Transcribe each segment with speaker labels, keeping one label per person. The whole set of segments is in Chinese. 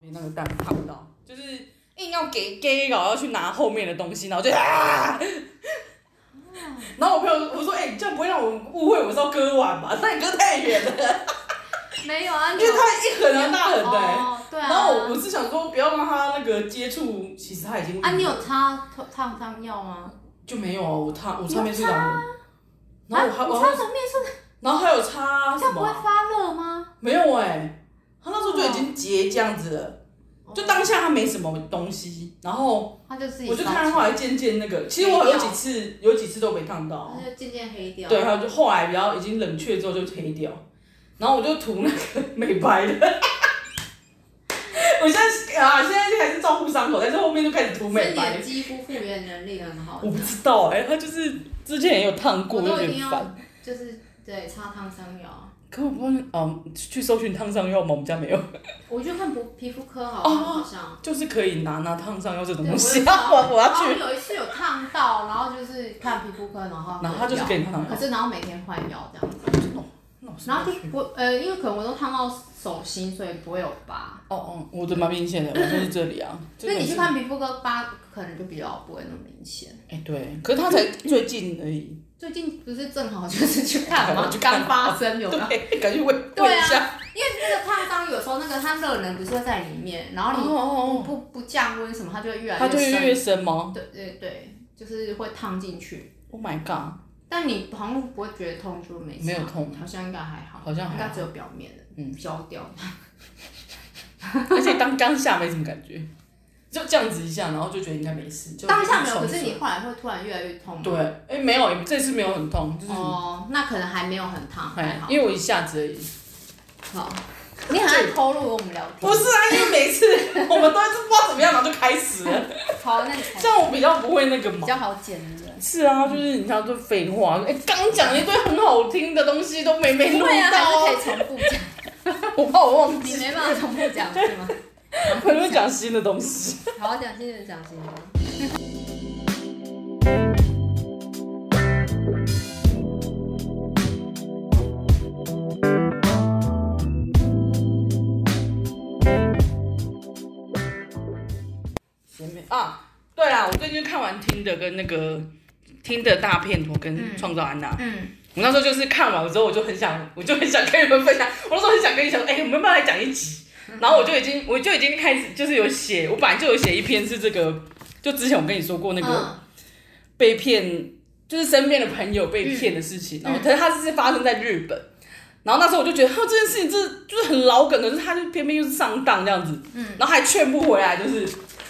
Speaker 1: 没那个蛋看不到，就是硬要给 gay 搞要去拿后面的东西，然后就啊。然后我朋友我说：“哎、你这样不会让我误会我是要割腕吧？但你割太远了，
Speaker 2: 没有啊，
Speaker 1: 因
Speaker 2: 你
Speaker 1: 为他一狠很大狠的、欸。
Speaker 2: 哦，对啊。
Speaker 1: 然后我我是想说，不要让他那个接触，其实他已经
Speaker 2: 啊，你有擦烫烫烫药吗？
Speaker 1: 就没有啊？我擦，我擦面试长，然后我还
Speaker 2: 啊、
Speaker 1: 我还
Speaker 2: 你
Speaker 1: 哦
Speaker 2: 擦什么面是
Speaker 1: 然后还有擦
Speaker 2: 这
Speaker 1: 什
Speaker 2: 样不
Speaker 1: 么
Speaker 2: 会
Speaker 1: 啊？
Speaker 2: 发哦热吗？
Speaker 1: 没有哎、他那时候就已经结这样子了，
Speaker 2: 哦
Speaker 1: 就当下他没什么东西，然后
Speaker 2: 他就自己
Speaker 1: 我就
Speaker 2: 烧起来，
Speaker 1: 看他后来渐渐那个，其实我有几次有几次都没烫到，
Speaker 2: 他就渐渐黑掉。
Speaker 1: 对，还有就后来比较已经冷却之后就黑掉，然后我就涂那个美白的。 我现在啊，现在还是照顾伤口，但是后面就开始涂
Speaker 2: 所
Speaker 1: 美
Speaker 2: 以你
Speaker 1: 白
Speaker 2: 的。肌肤复原能力很好
Speaker 1: 我，不知道哎、他就是之前也有烫过，
Speaker 2: 我
Speaker 1: 有
Speaker 2: 都一定
Speaker 1: 点烦。
Speaker 2: 要就是对擦烫伤药。
Speaker 1: 可我不知道，嗯，去搜寻烫伤药吗？我们家没有，
Speaker 2: 我就看皮皮肤科好像啊
Speaker 1: 哦
Speaker 2: 好像，
Speaker 1: 就是可以拿拿烫伤药这种
Speaker 2: 对
Speaker 1: 东西。
Speaker 2: 有
Speaker 1: 然后啊我我要
Speaker 2: 然后
Speaker 1: 去，
Speaker 2: 有一次有烫到，然后就是看皮肤科，然后
Speaker 1: 然后他就是
Speaker 2: 换
Speaker 1: 给你烫
Speaker 2: 药
Speaker 1: 伤
Speaker 2: 可
Speaker 1: 药。
Speaker 2: 是然后每天换药这样子，
Speaker 1: 那我是
Speaker 2: 然后
Speaker 1: 不
Speaker 2: 就
Speaker 1: 去
Speaker 2: 我呃，因为可能我都烫到手心，所以不会有疤。
Speaker 1: 哦哦，我的蛮明显的，我就是这里啊。
Speaker 2: 所
Speaker 1: 这
Speaker 2: 以
Speaker 1: 个
Speaker 2: 你去
Speaker 1: 是，
Speaker 2: 看皮肤科，疤可能就比较不会那么明显。
Speaker 1: 哎、
Speaker 2: 嗯
Speaker 1: 对，可是他才最近而已，
Speaker 2: 最近不是正好就是 去看
Speaker 1: 我
Speaker 2: 吗
Speaker 1: 去？看
Speaker 2: 刚发生有 没有？
Speaker 1: 对，感觉问
Speaker 2: 对啊
Speaker 1: 问一下。
Speaker 2: 因为那个烫伤有时候那个它热能不是会在里面，然后你不
Speaker 1: 哦哦
Speaker 2: 不不降温什么，它就会越
Speaker 1: 哦，
Speaker 2: 来
Speaker 1: 他就
Speaker 2: 深。
Speaker 1: 越越深吗
Speaker 2: 对对对，就是会烫进去。
Speaker 1: ？Oh my god！
Speaker 2: 但你好像不会觉得痛，就没事啊
Speaker 1: 没有痛，
Speaker 2: 好像应该还好，
Speaker 1: 好像还
Speaker 2: 应
Speaker 1: 好
Speaker 2: 该只有表面的，
Speaker 1: 嗯
Speaker 2: 消掉。
Speaker 1: 而且当当下没什么感觉，就这样子一下，然后就觉得应该没事。就
Speaker 2: 当下没有，可
Speaker 1: 爽
Speaker 2: 是
Speaker 1: 爽
Speaker 2: 你后来会突然越来越痛吗。
Speaker 1: 对，哎、没有，这次没有很痛，就是
Speaker 2: 哦，那可能还没有很烫，还
Speaker 1: 嗯哎
Speaker 2: 好。
Speaker 1: 因为我一下子而已。
Speaker 2: 好，你很爱投入跟我们聊天。
Speaker 1: 不是啊，因为每次 我们都是不知道怎么样，然后就开始了。
Speaker 2: 好，那你才
Speaker 1: 像我比较不会那个
Speaker 2: 比
Speaker 1: 嘛。
Speaker 2: 较好剪的。
Speaker 1: 是啊，就是你知道，就废话，哎、刚讲一堆很好听的东西都没没录
Speaker 2: 对啊，
Speaker 1: 到、
Speaker 2: 还是可以重复讲，
Speaker 1: 我怕我忘
Speaker 2: 你
Speaker 1: 记，
Speaker 2: 没办法重复讲是 吗？
Speaker 1: 可能会讲新的东西。
Speaker 2: 好，讲新人，讲新人。
Speaker 1: 前面啊，对啦，我最近看完听的跟那个听的大片图跟
Speaker 2: 嗯
Speaker 1: 创造安娜，
Speaker 2: 嗯，
Speaker 1: 我那时候就是看完之后，我就很想，我就很想跟你们分享，我那时候很想跟你讲，哎、我们要不要来讲一集？然后我就已经，我就已经开始就是有写，我本来就有写一篇是这个，就之前我跟你说过那个被骗，就是身边的朋友被骗的事情，
Speaker 2: 嗯
Speaker 1: 然后可是它是发生在日本，然后那时候我就觉得，哈，这件事情这就是很老梗的，就是他就偏偏又是上当这样子，
Speaker 2: 嗯，
Speaker 1: 然后还劝不回来，就是，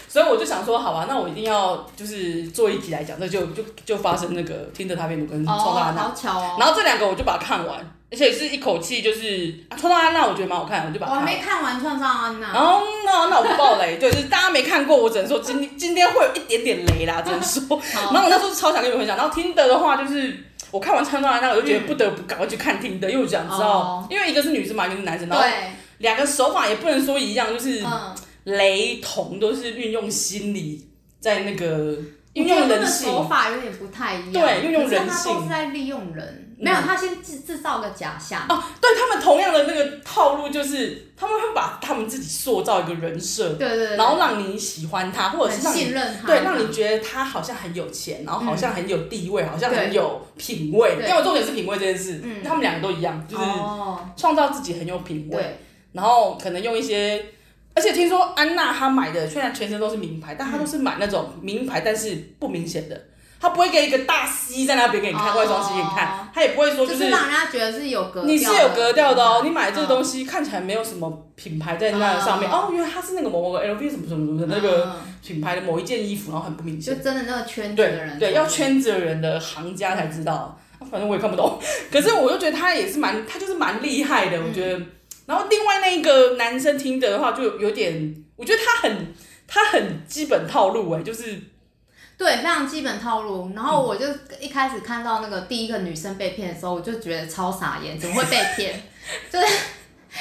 Speaker 1: 所以我就想说，好啊吧，那我一定要就是做一集来讲，这就就就发生那个听着他变毒跟
Speaker 2: 嗯，
Speaker 1: 创造
Speaker 2: 哦，
Speaker 1: 安娜，
Speaker 2: 好巧哦。
Speaker 1: 然后这两个我就把它看完，而且是一口气就是啊创造安娜我觉得蛮好看，我就把
Speaker 2: 我
Speaker 1: 它看
Speaker 2: 哦还
Speaker 1: 完。
Speaker 2: 没看完《创伤安娜》，
Speaker 1: 然后那那我不爆雷，对，就是大家没看过，我只能说今天今天会有一点点雷啦，只能说。
Speaker 2: 好
Speaker 1: 然后我那时候超想跟你们分享，然后听的的话就是。我看完《川端安娜》，我就觉得不得不赶快去看听的，因为我想知道，
Speaker 2: 哦
Speaker 1: 因为一个是女生嘛，一个是男生，然后
Speaker 2: 对，
Speaker 1: 两个手法也不能说一样，就是
Speaker 2: 嗯，
Speaker 1: 雷同，都是运用心理在那个运用
Speaker 2: 我觉得他
Speaker 1: 人
Speaker 2: 们
Speaker 1: 性。
Speaker 2: 手法有点不太一样，
Speaker 1: 对运用人性
Speaker 2: 可是他都是在利用人，
Speaker 1: 嗯
Speaker 2: 没有，他先制制造个假象，
Speaker 1: 哦，对他们同样的那个套路，就是他们会把他们自己塑造一个人设，
Speaker 2: 对对对，
Speaker 1: 然后让你喜欢他，或者
Speaker 2: 很
Speaker 1: 是让你
Speaker 2: 信任他，
Speaker 1: 对，让你觉得他好像很有钱，然后好像很有地位，好像很有品味。
Speaker 2: 嗯对
Speaker 1: 因为我重点是品味这件事，
Speaker 2: 嗯
Speaker 1: 他们两个都一样，就是
Speaker 2: 哦，
Speaker 1: 创造自己很有品味，
Speaker 2: 对，
Speaker 1: 然后可能用一些。而且听说安娜她买的虽然全身都是名牌，但她
Speaker 2: 嗯
Speaker 1: 都是买那种名牌但是不明显的，她不会给一个大 C 在那边给你看，
Speaker 2: 哦
Speaker 1: 外双 C 给你看，她也不会说
Speaker 2: 就是
Speaker 1: 是
Speaker 2: 让人家觉得是有格调的，
Speaker 1: 你是有格调的哦，你买这个
Speaker 2: 西
Speaker 1: 东西看起来没有什么品牌在那上面，
Speaker 2: 嗯
Speaker 1: 哦，原来它是那个某某个 LV 什么什么什么的那个品牌的某一件衣服，然后很不明显
Speaker 2: 啊就。真的那个圈子的
Speaker 1: 对
Speaker 2: 人，
Speaker 1: 对，要圈子的人的行家才知道， 啊反正我也看不懂。 可是我就觉得他也是蛮，他就是蛮厉害
Speaker 2: 嗯
Speaker 1: 的，我觉得。然后另外那个男生听的话，就有点，我觉得他很他很基本套路哎、就是
Speaker 2: 嗯对，非常基本套路。
Speaker 1: 嗯
Speaker 2: 然后我就一开始看到那个第一个女生被骗的时候，我就觉得超傻眼，怎么会被骗？就是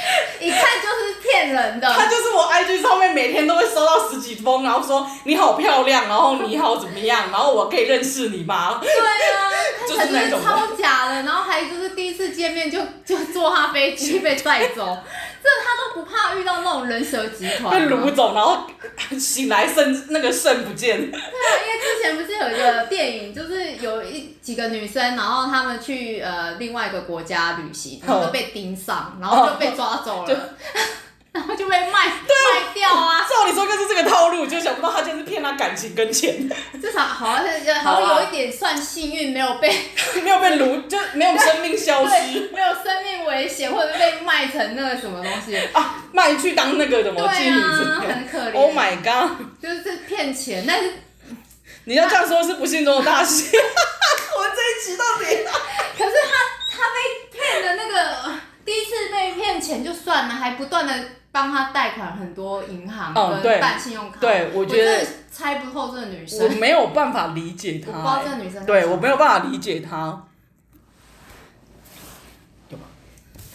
Speaker 2: 一看就是骗人的。
Speaker 1: 他就是我 IG 上面每天都会收到十几封，然 后说你好漂亮，然后你好怎么样，然后我可以认识你吗？
Speaker 2: 对啊，
Speaker 1: 就
Speaker 2: 他
Speaker 1: 是
Speaker 2: 就
Speaker 1: 那
Speaker 2: 是
Speaker 1: 种的
Speaker 2: 超假的，然后还就是第一次见面就就坐他飞机被带走，这他都不怕遇到那种人蛇集团啊
Speaker 1: 被
Speaker 2: 吗。
Speaker 1: 掳走，然后醒来肾那个肾不见，
Speaker 2: 啊因为之前不是有一个电影，就是有一几个女生，然后她们去呃另外一个国家旅行，然后就被盯上，然后就被抓走
Speaker 1: 就
Speaker 2: 了， 然后就被卖卖掉啊。
Speaker 1: 照理说就是这个套路，就想不到他就是骗他感情跟钱，
Speaker 2: 至少好像是好像有一点算幸运，没有被
Speaker 1: 没有被掳，就没有生命消失
Speaker 2: 对没有生命危险，或者被卖成那个什么东西。
Speaker 1: 啊，卖去当那个什么妓
Speaker 2: 对啊，
Speaker 1: 女之类
Speaker 2: 很可
Speaker 1: 的。
Speaker 2: 怜。
Speaker 1: Oh my god！
Speaker 2: 就是骗钱，但是
Speaker 1: 你要这样说，是不幸中的大 幸。我这一集到底？
Speaker 2: 可是他他被骗的那个第一次被骗钱就算了，还不断的帮他贷款很多银行
Speaker 1: 哦
Speaker 2: 跟
Speaker 1: 对
Speaker 2: 办信用卡。
Speaker 1: 对我
Speaker 2: 我
Speaker 1: 觉得
Speaker 2: 真的猜不透这个女
Speaker 1: 我
Speaker 2: 生，
Speaker 1: 没有办法理解
Speaker 2: 我不
Speaker 1: 他、
Speaker 2: 知道
Speaker 1: 欸
Speaker 2: 这个女生。
Speaker 1: 对我没有办法理解他。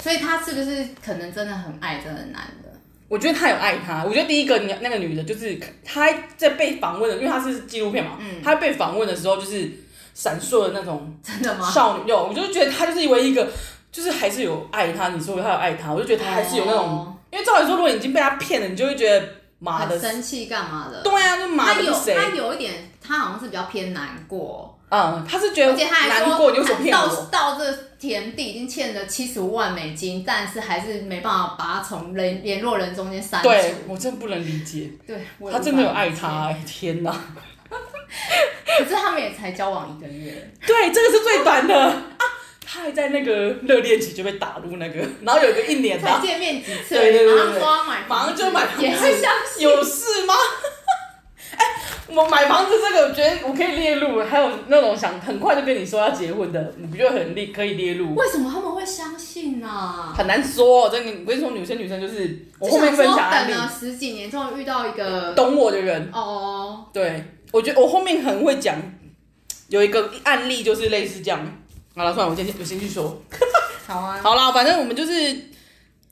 Speaker 2: 所以她是不是可能真的很爱这个男的？
Speaker 1: 我觉得他有爱他。我觉得第一个那那个女的，就是她在被访问的，因为她是纪录片嘛，
Speaker 2: 嗯
Speaker 1: 她被访问的时候就是闪烁的那种
Speaker 2: 真的吗？
Speaker 1: 少女，有我就觉得她就是唯一一个，就是还是有爱他。你说她有爱他，我就觉得她还是有那种，
Speaker 2: 哦
Speaker 1: 因为照理说，如果你已经被他骗了，你就会觉得妈的
Speaker 2: 很，生气干嘛的？
Speaker 1: 对啊，就妈
Speaker 2: 他
Speaker 1: 的
Speaker 2: 有
Speaker 1: 谁？
Speaker 2: 他有一点，他好像是比较偏难过，
Speaker 1: 嗯，他是觉得
Speaker 2: 而且他还
Speaker 1: 难
Speaker 2: 说
Speaker 1: 过，你为什么骗
Speaker 2: 到
Speaker 1: 我？
Speaker 2: 到这田地已经欠了七十五万美金，但是还是没办法把他从联联络人中间删除。
Speaker 1: 对我真的不能理解，
Speaker 2: 对，我也
Speaker 1: 他真的有
Speaker 2: 无法
Speaker 1: 爱
Speaker 2: 理解
Speaker 1: 他、哎天哪！
Speaker 2: 可是他们也才交往一 个月，
Speaker 1: 对，这个是最短的 啊！他还在那个热恋期就被打入那个，然后有个一年的
Speaker 2: 才
Speaker 1: 啊，
Speaker 2: 见面几次，
Speaker 1: 对对对对
Speaker 2: 马上说要买
Speaker 1: 马
Speaker 2: 房
Speaker 1: 上
Speaker 2: 子，
Speaker 1: 就买房
Speaker 2: 也会
Speaker 1: 子
Speaker 2: 相信。
Speaker 1: 有事吗？ 哎、我买房子这个，我觉得我可以列入，还有那种想很快就跟你说要结婚的，你不就很列可以列入？
Speaker 2: 为什么他们会相信呢、啊？
Speaker 1: 很难说、哦，真的，我跟你说，女生女生就是我后面分享案
Speaker 2: 等
Speaker 1: 例，
Speaker 2: 了十几年，终于遇到一个
Speaker 1: 懂我的人，
Speaker 2: 哦，
Speaker 1: 对我觉得我后面很会讲，有一个案例就是类似这样。好了，算了，我先我先去说。
Speaker 2: 好啊，
Speaker 1: 好啦，反正我们就是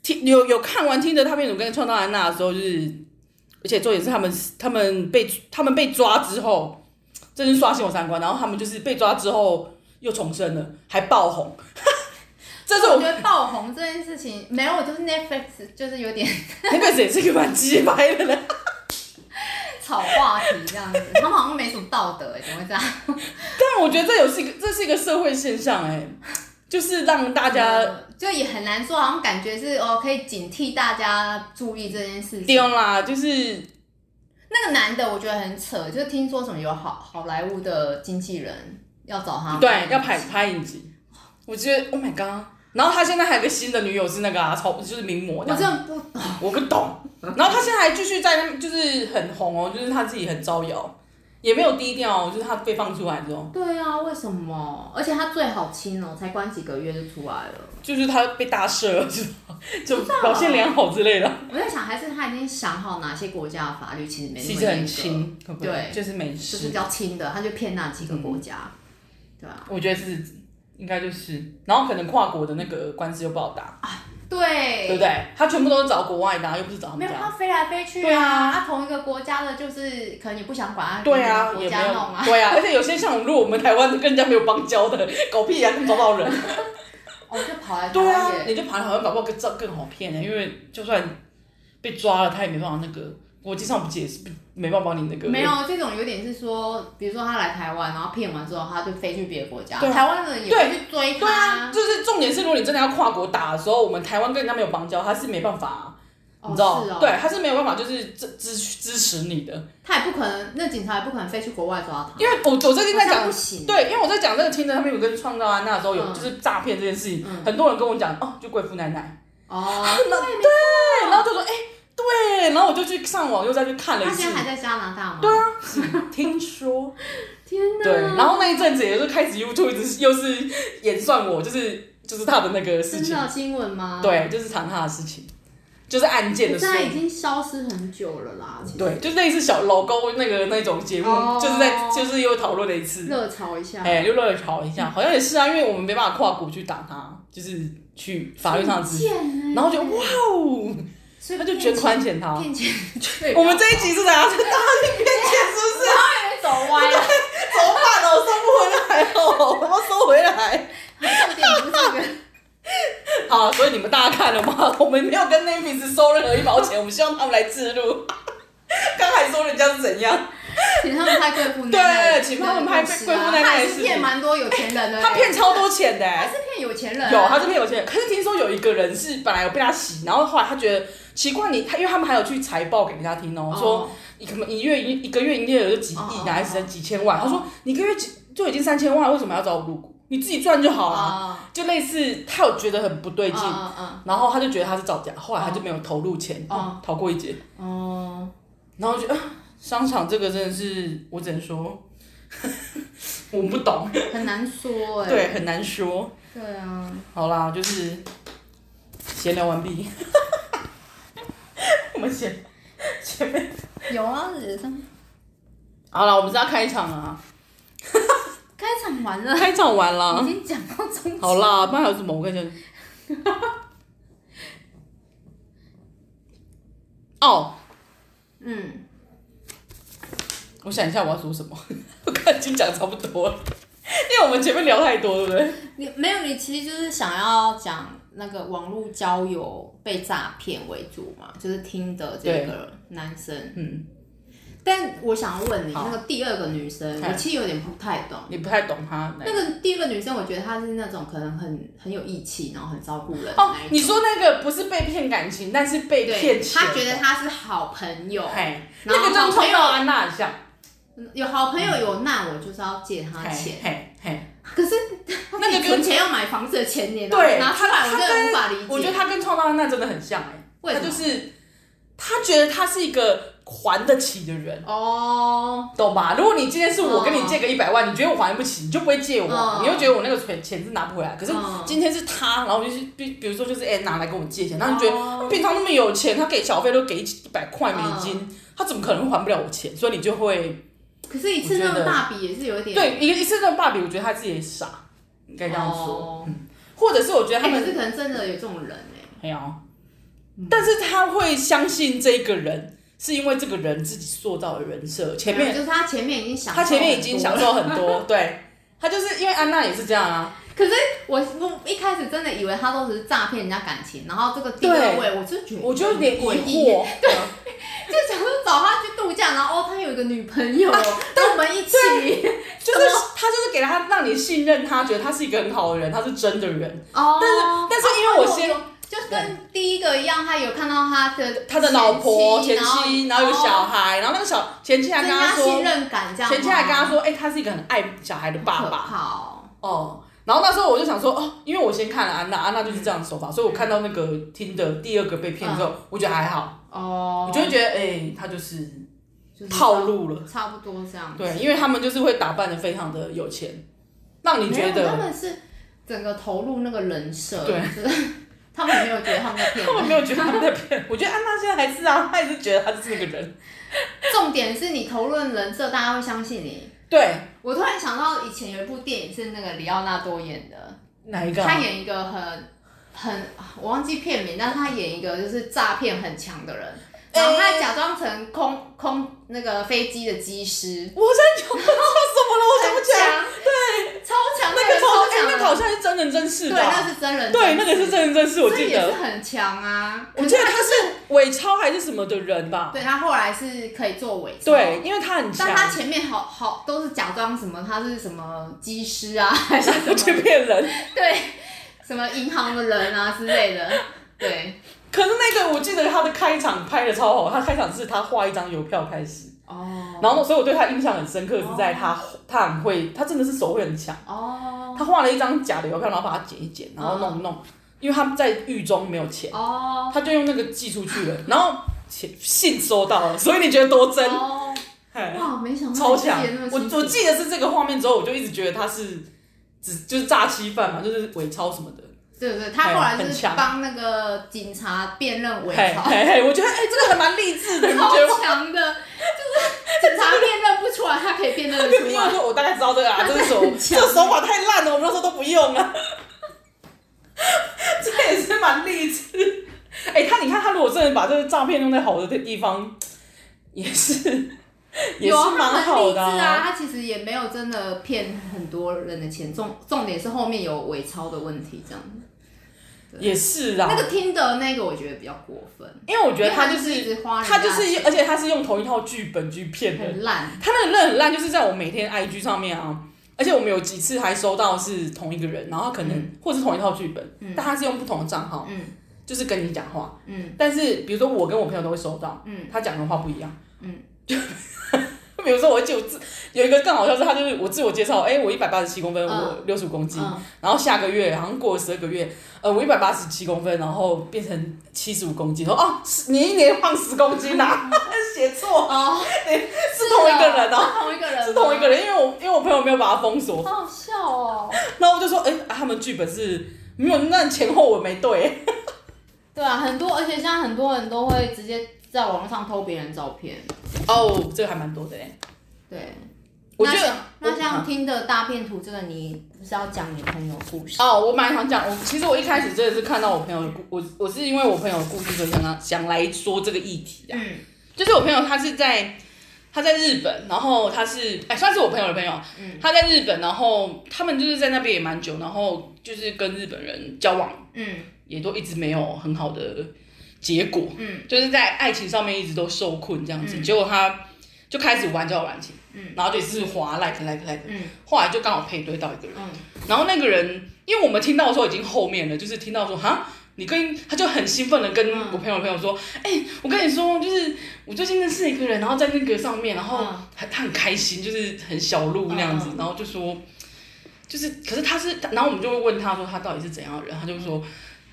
Speaker 1: 听有有看完听着他们主跟创造安娜的时候，就是而且重点是他们他们被他们被抓之后，真是刷新我三观。然后他们就是被抓之后又重生了，还爆红。 这是
Speaker 2: 我
Speaker 1: 我
Speaker 2: 觉得爆红这件事情没有，就是 Netflix 就是有点
Speaker 1: 那个也是一个蛮鸡掰的人，
Speaker 2: 炒话题这样子，他们好像没什么道德、欸，怎么会这样？
Speaker 1: 但我觉得这有是一个这是一个社会现象哎、就是让大家
Speaker 2: 呃就也很难说，好像感觉是哦，可以警惕大家注意这件事情。
Speaker 1: 丢啦，就是
Speaker 2: 那个男的我觉得很扯，就是听说什么有好好莱坞的经纪人要找他，
Speaker 1: 对要拍拍影集，我觉得 Oh my god。然后他现在还有个新的女友是那个啊，超就是名模
Speaker 2: 我
Speaker 1: 这样
Speaker 2: 真的不，
Speaker 1: 我不懂。然后他现在还继续在，那，就是很红哦，就是他自己很招摇，也没有低调哦，就是他被放出来之后，
Speaker 2: 对啊，为什么？而且他最好亲哦，才关几个月就出来了。
Speaker 1: 就是他被大赦了，就就表现良好之类的，
Speaker 2: 我在想，还是他已经想好哪些国家的法律其实没那
Speaker 1: 其
Speaker 2: 么
Speaker 1: 实
Speaker 2: 严
Speaker 1: 很
Speaker 2: 格，
Speaker 1: 轻，嗯会不会
Speaker 2: 对
Speaker 1: 就是没
Speaker 2: 就是
Speaker 1: 事
Speaker 2: 比。较轻的，他就骗那几个国家，对啊，
Speaker 1: 我觉得是应该就是，然后可能跨国的那个官司又不好打，
Speaker 2: 对
Speaker 1: 对不对？他全部都是找国外的啊，又不是找他
Speaker 2: 没
Speaker 1: 们
Speaker 2: 有，
Speaker 1: 家。
Speaker 2: 他飞来飞去
Speaker 1: 对啊
Speaker 2: 啊，他同一个国家的，就是可能也不想管他，
Speaker 1: 对啊，
Speaker 2: 国
Speaker 1: 也
Speaker 2: 家
Speaker 1: 没有
Speaker 2: 弄啊，，
Speaker 1: 对啊，而且有些像如果我们台湾跟人家没有邦交的，搞屁啊，找不到人。
Speaker 2: 哦，就跑来台
Speaker 1: 对
Speaker 2: 湾
Speaker 1: 啊，
Speaker 2: 也
Speaker 1: 你就跑来好像搞不好更照更好骗欸呢、因为就算被抓了，他也没办法那个国际上不解释，不没办法帮你那个。
Speaker 2: 没有，这种有点是说，比如说他来台湾，然后骗完之后，他就飞去别的国家，
Speaker 1: 对啊
Speaker 2: 台湾人也会去追
Speaker 1: 对啊，
Speaker 2: 他，
Speaker 1: 就是重点是，如果你真的要跨国打的时候，我们台湾跟人家没有邦交，他是没办法、
Speaker 2: 哦
Speaker 1: 你知道？
Speaker 2: 是哦，
Speaker 1: 对，，他是没有办法，就是支支支持你的。
Speaker 2: 他也不可能，那警察也不可能飞去国外抓他，
Speaker 1: 因为我我最近在
Speaker 2: 好像
Speaker 1: 讲
Speaker 2: 不，行，
Speaker 1: 对，因为我在讲这个听着他们有跟创造安娜的时候，有
Speaker 2: 嗯
Speaker 1: 就是诈骗这件事情，
Speaker 2: 嗯
Speaker 1: 很多人跟我讲哦，就贵妇奶奶。
Speaker 2: 哦，
Speaker 1: 对，然后就说哎、对，然后我就去上网又再去看了一
Speaker 2: 他
Speaker 1: 次
Speaker 2: 现在，还在加拿大吗？对啊，
Speaker 1: 听说。
Speaker 2: 天哪，
Speaker 1: 对，然后那一阵子也是开始 YouTube 一直又是演算我，就是就是他的那个事
Speaker 2: 真
Speaker 1: 情
Speaker 2: 的，有新闻吗？，
Speaker 1: 对，就是谈他的事情，就是案件的
Speaker 2: 现
Speaker 1: 事
Speaker 2: 在已
Speaker 1: 情，
Speaker 2: 经消失很久了啦，其实
Speaker 1: 对，就类似小老公那个那种节目，
Speaker 2: 哦
Speaker 1: 就是在就是又讨论了一次，
Speaker 2: 热潮一下，
Speaker 1: 哎、又热炒一下，好像也是啊，因为我们没办法跨国去打他，就是去法律上的
Speaker 2: 很
Speaker 1: 咨询，
Speaker 2: 贱欸
Speaker 1: 然后就哇哦，
Speaker 2: 所以
Speaker 1: 他就捐款给他。
Speaker 2: 骗钱，骗 钱
Speaker 1: 我们这一集是怎样？是大家去骗钱是不是？
Speaker 2: 有点走歪了。
Speaker 1: 怎么办哦？收不回来哦，我要收
Speaker 3: 回来。
Speaker 2: 重点不是这个。
Speaker 1: 好，所以你们大家看了吗？ 我们没有跟 Navis 收任何一毛钱，我们希望他们来自入。 刚才说人家是怎样，
Speaker 2: 请他们拍贵妇那
Speaker 1: 对
Speaker 2: 奈，
Speaker 1: 请他们拍
Speaker 2: 那个故事
Speaker 1: 贵妇
Speaker 2: 啊
Speaker 1: 奈奈
Speaker 2: 他也
Speaker 1: 的
Speaker 2: 是
Speaker 1: 事
Speaker 2: 骗
Speaker 1: 情
Speaker 2: 蛮多有钱人的欸，
Speaker 1: 他骗超多钱的、
Speaker 2: 还
Speaker 1: 欸
Speaker 2: 是。骗有钱人啊，
Speaker 1: 有，他是骗有钱人。可是听说有一个人是本来有被他洗，然后后来他觉得奇怪你，他因为他们还有去财报给人家听哦、说
Speaker 2: 哦
Speaker 1: 你可能一月一一个月营业额就几
Speaker 2: 哦哦
Speaker 1: 亿，
Speaker 2: 哦
Speaker 1: 哪来是几千万？他说你一个月几就已经三千万，为什么要找我入股？你自己赚就好了。
Speaker 2: 啊，
Speaker 1: 就类似他有觉得很不对劲，
Speaker 2: 啊啊
Speaker 1: 然后他就觉得他是造假，后来他就没有投入钱
Speaker 2: 哦，
Speaker 1: 逃过一劫。
Speaker 2: 啊哦，
Speaker 1: 然后我觉得、啊商场这个真的是，我只能说 我不懂，
Speaker 2: 很难说哎，
Speaker 1: 对，很难说。
Speaker 2: 对啊，
Speaker 1: 好啦，就是闲聊完毕。我们闲前面
Speaker 2: 有啊，只是
Speaker 1: 好了，我们是要开场啊，
Speaker 2: 开场完了，
Speaker 1: 开场完
Speaker 2: 已
Speaker 1: 了，
Speaker 2: 经讲到中间，
Speaker 1: 啊好啦，不然还有什么？我看一下。哦，
Speaker 2: 嗯，
Speaker 1: 我想一下我要说什么， 我看已经讲差不多了，因为我们前面聊太多，对不对？
Speaker 2: 你没有，你其实就是想要讲那个网络交友被诈骗为主嘛，就是听的这个男生，
Speaker 1: 嗯，
Speaker 2: 但我想问你，
Speaker 1: 好
Speaker 2: 那个第二个女生，
Speaker 1: 嗨
Speaker 2: 我其实有点不太懂。
Speaker 1: 你不太懂他哪一
Speaker 2: 那个第一个女生，我觉得她是那种可能很很有义气，然后很照顾人的
Speaker 1: 哦
Speaker 2: 那一，种
Speaker 1: 你说那个不是被骗感情，但是被骗
Speaker 2: 对，
Speaker 1: 钱。
Speaker 2: 她觉得她是好朋友，
Speaker 1: 哎，那
Speaker 2: 然后
Speaker 1: 个
Speaker 2: 好
Speaker 1: 跟
Speaker 2: 朋
Speaker 1: 朋
Speaker 2: 友
Speaker 1: 友安娜很像。嗯
Speaker 2: 有好朋友有难，我就是要借她啊钱。
Speaker 1: 嘿嘿，
Speaker 2: 可是
Speaker 1: 哎 那
Speaker 2: 那
Speaker 1: 个
Speaker 2: 个
Speaker 1: 跟
Speaker 2: 存钱要买房子的钱，你拿
Speaker 1: 对
Speaker 2: 拿出来，
Speaker 1: 她
Speaker 2: 我真的无法理解。
Speaker 1: 我觉得他跟创造安娜真的很像哎、
Speaker 2: 为什
Speaker 1: 他
Speaker 2: 么
Speaker 1: 就是他觉得他是一个还得起的人。
Speaker 2: 哦，
Speaker 1: 懂吧？如果你今天是我
Speaker 2: 嗯
Speaker 1: 跟你借个一百万，你觉得我还不起，你就不会借我，
Speaker 2: 嗯
Speaker 1: 你会觉得我那个钱钱是拿不回来。可是
Speaker 2: 嗯
Speaker 1: 今天是他，然后就是比比如说就是哎、拿来跟我借钱，然后你觉得、
Speaker 2: 哦
Speaker 1: 他平常那么有钱，他给小费都给一百块美金，
Speaker 2: 嗯
Speaker 1: 他怎么可能会还不了我钱？所以你就会
Speaker 2: 可是一次那
Speaker 1: 我
Speaker 2: 么
Speaker 1: 觉得
Speaker 2: 大笔也是有一点
Speaker 1: 对一个一次这种霸比，我觉得他自己也傻，应该这样说。
Speaker 2: 哦
Speaker 1: 或者是我觉得他
Speaker 2: 哎
Speaker 1: 们
Speaker 2: 可是嗯可能真的有这种人哎，
Speaker 1: 没有，但是他会相信这个人，是因为这个人自己塑造的人设。前面
Speaker 2: 就是她前面已经想，
Speaker 1: 他前面已经享受很多，对他就是因为安娜也是这样啊，
Speaker 2: 可是我我一开始真的以为他都只是诈骗人家感情，然后这个第二位我就觉得
Speaker 1: 我就有点疑
Speaker 2: 很诡异，
Speaker 1: 惑。对，
Speaker 2: 就想说找他去度假，然后哦他有一个女朋
Speaker 1: 啊
Speaker 2: 友，那我们一起，
Speaker 1: 就是他就是给他让你信任他，觉得他是一个很好的人，他是真的人。
Speaker 2: 哦，
Speaker 1: 但是但是因为我先
Speaker 2: 有就跟第一个一样，他有看到他的
Speaker 1: 他的老婆前
Speaker 2: 妻，
Speaker 1: 妻，然后有个小
Speaker 2: 孩，
Speaker 1: 孩，然后那个小前妻还
Speaker 2: 哦
Speaker 1: 跟
Speaker 2: 增
Speaker 1: 他
Speaker 2: 加信
Speaker 1: 说，
Speaker 2: 任感这样吗，
Speaker 1: 前妻还跟他说，哎，他是一个很爱小孩的爸
Speaker 2: 可
Speaker 1: 爸。
Speaker 2: 怕哦，
Speaker 1: 哦，然后那时候我就想说，哦，因为我先看了安娜，安娜就是这样的手法，所以我看到那个听的第二个被骗之后，我觉得还好，
Speaker 2: 哦
Speaker 1: 我就会觉得，哎、他就是
Speaker 2: 就是
Speaker 1: 套路了，
Speaker 2: 差不多这样，
Speaker 1: 对，因为他们就是会打扮的非常的有钱，让你觉
Speaker 2: 没有他
Speaker 1: 得
Speaker 2: 们是整个投入那个人设，
Speaker 1: 对
Speaker 2: 就是 他们没有觉得他们在
Speaker 1: 他
Speaker 2: 骗人
Speaker 1: 们。没有觉得他们在骗，我觉得安娜现在还是啊，她也是觉得她是那个人，
Speaker 2: 重点是你投论人设，大家会相信你。
Speaker 1: 对，
Speaker 2: 我突然想到以前有一部电影是那个里奥纳多演的，
Speaker 1: 哪一个啊、
Speaker 2: 他演一个很很我忘记片名，但他演一个就是诈骗很强的人，
Speaker 1: 哎
Speaker 2: 然后他假装成空空那个飞机的机师，
Speaker 1: 我在想我叫什么了，我想不起 来，
Speaker 2: 强，
Speaker 1: 那
Speaker 2: 对，超强，
Speaker 1: 个好
Speaker 2: 超
Speaker 1: 像，
Speaker 2: 强
Speaker 1: 哎、
Speaker 2: 的
Speaker 1: 那
Speaker 2: 人，
Speaker 1: 个好像是真人真事
Speaker 2: 对，
Speaker 1: 吧？
Speaker 2: 那是真人，
Speaker 1: 对，那个是真人真事，我
Speaker 2: 所以
Speaker 1: 记
Speaker 2: 也是
Speaker 1: 得，
Speaker 2: 很强啊。
Speaker 1: 我记得
Speaker 2: 可是
Speaker 1: 他是伪钞还是什么的人吧
Speaker 2: 他，？对他后来是可以做伪造
Speaker 1: 对，因为他很强
Speaker 2: 但，他前面好好都是假装什么，他是什么机师啊，还 是什
Speaker 1: 他去
Speaker 2: 么
Speaker 1: 骗人。
Speaker 2: 对什么银行的人啊之类的，对
Speaker 1: 可是那个我记得他的开场拍的超好，他开场是他画一张邮票开始，
Speaker 2: 哦
Speaker 1: 然后所以我对他印象很深刻是在他、他很会，他真的是手绘很强，
Speaker 2: 哦
Speaker 1: 他画了一张假的邮票，然后把它剪一剪，然后
Speaker 2: 嗯
Speaker 1: 弄一弄，因为他在狱中没有钱，
Speaker 2: 哦
Speaker 1: 他就用那个寄出去了，然后钱信收到了，所以你觉得多真？
Speaker 2: 哦，
Speaker 1: 嘿
Speaker 2: 哇，没想到
Speaker 1: 超
Speaker 2: 你记得
Speaker 1: 强！
Speaker 2: 那
Speaker 1: 我
Speaker 2: 么清楚
Speaker 1: 我记得是这个画面之后，我就一直觉得他是只就是诈欺犯嘛，就是伪钞什么的。
Speaker 2: 对对，他后来
Speaker 1: 哎很
Speaker 2: 是
Speaker 1: 强
Speaker 2: 帮那个警察辨认伪
Speaker 1: 嘿
Speaker 2: 钞，
Speaker 1: 嘿嘿，我觉得哎、这个还蛮励志的，你觉得吗
Speaker 2: 超强的，就是警察辨认不出来，他可以辨认得
Speaker 1: 因
Speaker 2: 出
Speaker 1: 为
Speaker 2: 来。
Speaker 1: 说我大概知道这个 啊，这个手
Speaker 2: 很
Speaker 1: 这
Speaker 2: 强
Speaker 1: 个手法太烂了，我们那时候都不用 啊。这也是蛮励志。 哎、他你看他如果真的把这个诈骗用在好的地方，也是 也
Speaker 2: 有啊
Speaker 1: 是蛮好的
Speaker 2: 他很励志啊，他其实也没有真的骗很多人的钱，重重点是后面有伪钞的问题，这样。
Speaker 1: 也是啦。
Speaker 2: 那个听的那个我觉得比较过分，
Speaker 1: 因为我觉得他就
Speaker 2: 因为他就是一
Speaker 1: 是
Speaker 2: 直花人家
Speaker 1: 他就是用，而且他是用同一套剧本去骗人。
Speaker 2: 很烂。
Speaker 1: 他那个人很烂，就是在我每天 IG 上面啊，而且我们有几次还收到是同一个人，然后可能、或是同一套剧本，但他是用不同的账号，
Speaker 2: 嗯
Speaker 1: 就是跟你讲话。
Speaker 2: 嗯
Speaker 1: 但是比如说我跟我朋友都会收到，
Speaker 2: 嗯
Speaker 1: 他讲的话不一样。
Speaker 2: 嗯
Speaker 1: 比如说我记得我自有一个更好笑是，他就是我自我介绍，哎、我一百八十七公分，
Speaker 2: 嗯
Speaker 1: 我六十五公斤，
Speaker 2: 嗯
Speaker 1: 然后下个月好像过了十二个月，呃，我一百八十七公分，然后变成七十五公斤，说哦，是你一年胖十公斤呐、啊， 写错，
Speaker 2: 哦，
Speaker 1: 是同一个人哦、
Speaker 2: 是嗯同一个人，啊
Speaker 1: 是同一个，人，因为我因为我朋友没有把他封锁，
Speaker 2: 好好笑哦。
Speaker 1: 然后我就说，哎、啊他们剧本是没有，那前后文没对，
Speaker 2: 对啊，很多，而且现在很多人都会直接在网络上偷别人照片。
Speaker 1: 哦，这个还蛮多的哎，
Speaker 2: 对，
Speaker 1: 我觉得
Speaker 2: 那像那
Speaker 1: 我啊
Speaker 2: 像听的大片图这个，你不是要讲你朋友故事？
Speaker 1: 哦，我蛮想讲，我其实我一开始真的是看到我朋友的故，我我是因为我朋友的故事，所以想到想来说这个议题啊，
Speaker 2: 嗯
Speaker 1: 就是我朋友他是在他在日本，然后他是哎、算是我朋友的朋友，
Speaker 2: 嗯
Speaker 1: 他在日本，然后他们就是在那边也蛮久，然后就是跟日本人交往
Speaker 2: 嗯
Speaker 1: 也都一直没有很好的结果，
Speaker 2: 嗯
Speaker 1: 就是在爱情上面一直都受困这样子，
Speaker 2: 嗯
Speaker 1: 结果他就开始玩交友软件，
Speaker 2: 嗯
Speaker 1: 然后就也是滑 like like like，
Speaker 2: 嗯
Speaker 1: 后来就刚好配对到一个人，
Speaker 2: 嗯
Speaker 1: 然后那个人因为我们听到的时候已经后面了，就是听到说哈。你跟他就很兴奋的跟
Speaker 2: 嗯
Speaker 1: 我朋友的朋友说，哎、我跟你说，就是我最近认识一个人，然后在那个上面，然后
Speaker 2: 嗯
Speaker 1: 很他很开心，就是很小鹿那样子，
Speaker 2: 嗯嗯
Speaker 1: 然后就说，就是可是他是，然后我们就会问他说他到底是怎样的人，他就
Speaker 2: 嗯
Speaker 1: 说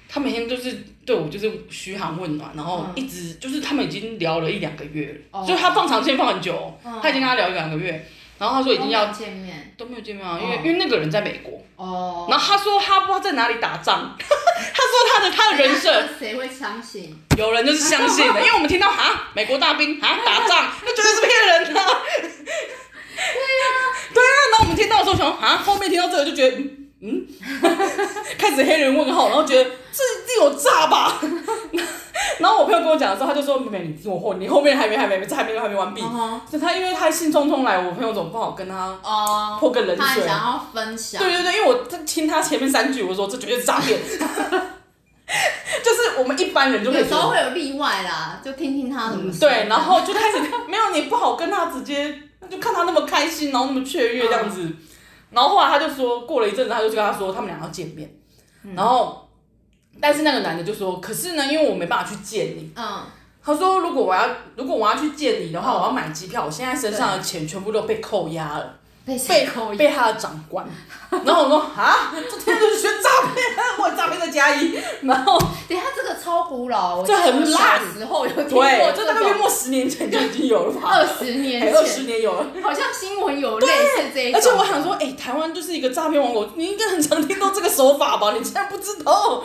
Speaker 1: 他每天就是对我就是嘘寒问暖，然后
Speaker 2: 嗯
Speaker 1: 一直、就是他们已经聊了一两个月了，
Speaker 2: 哦
Speaker 1: 就是他放长线放很久哦，
Speaker 2: 嗯
Speaker 1: 他已经跟他聊一两个月，然后他说已经
Speaker 2: 都没
Speaker 1: 要
Speaker 2: 有见面
Speaker 1: 都没有见面啊，因为、
Speaker 2: 嗯
Speaker 1: 因为那个人在美国，
Speaker 2: 哦。
Speaker 1: 然后他说他不知道在哪里打仗， 他说他的他的人设，
Speaker 2: 那谁会相信？
Speaker 1: 有人就是相信的，因为我们听到啊美国大兵啊打仗，那绝对是骗人的、对啊，对啊，然后我们听到的时候想说啊，后面听到这个就觉得嗯。嗯， 开始黑人问号，然后觉得这这有诈吧。 然后我朋友跟我讲的时候，他就说：“妹妹，你听我后，你后面还没还没这还没还没完毕。
Speaker 2: 哦
Speaker 1: 所以他因为他兴冲冲来，我朋友总不好跟他
Speaker 2: 哦，
Speaker 1: 泼个冷
Speaker 2: 他还
Speaker 1: 水。
Speaker 2: 想要分享。
Speaker 1: 对对对，因为我听他前面三句，我说这绝对是诈骗， 就是我们一般人就可以
Speaker 2: 有时候
Speaker 1: 说
Speaker 2: 会有例外啦，就听听他怎么
Speaker 1: 嗯
Speaker 2: 说。
Speaker 1: 对，然后就开始没有你不好跟他直接，就看他那么开心，然后那么雀跃这样
Speaker 2: 嗯
Speaker 1: 子，然后后来他就说过了一阵子，他就跟他说他们俩要见面，
Speaker 2: 嗯
Speaker 1: 然后但是那个男的就说，可是呢，因为我没办法去见你。
Speaker 2: 嗯
Speaker 1: 他说：“如果我要，如果我要去见你的话，
Speaker 2: 嗯
Speaker 1: 我要买机票。我现在身上的钱全部都被扣押了。”
Speaker 2: 被
Speaker 1: 被
Speaker 2: 谁扣一
Speaker 1: 被他的长官，然 后我说啊，这天就是学诈骗，我诈骗在加一， 然后
Speaker 2: 等一下这个超古老，我
Speaker 1: 这很烂
Speaker 2: 小时候有听过
Speaker 1: 对，就
Speaker 2: 这
Speaker 1: 大概约
Speaker 2: 种，
Speaker 1: 莫十年前就已经有了吧，哎
Speaker 2: 二十年前，
Speaker 1: 二十年有了。
Speaker 2: 好像新闻有类似这一种。
Speaker 1: 而且我想说，哎、台湾就是一个诈骗王国，你应该很常听到这个手法吧？你竟然不知道？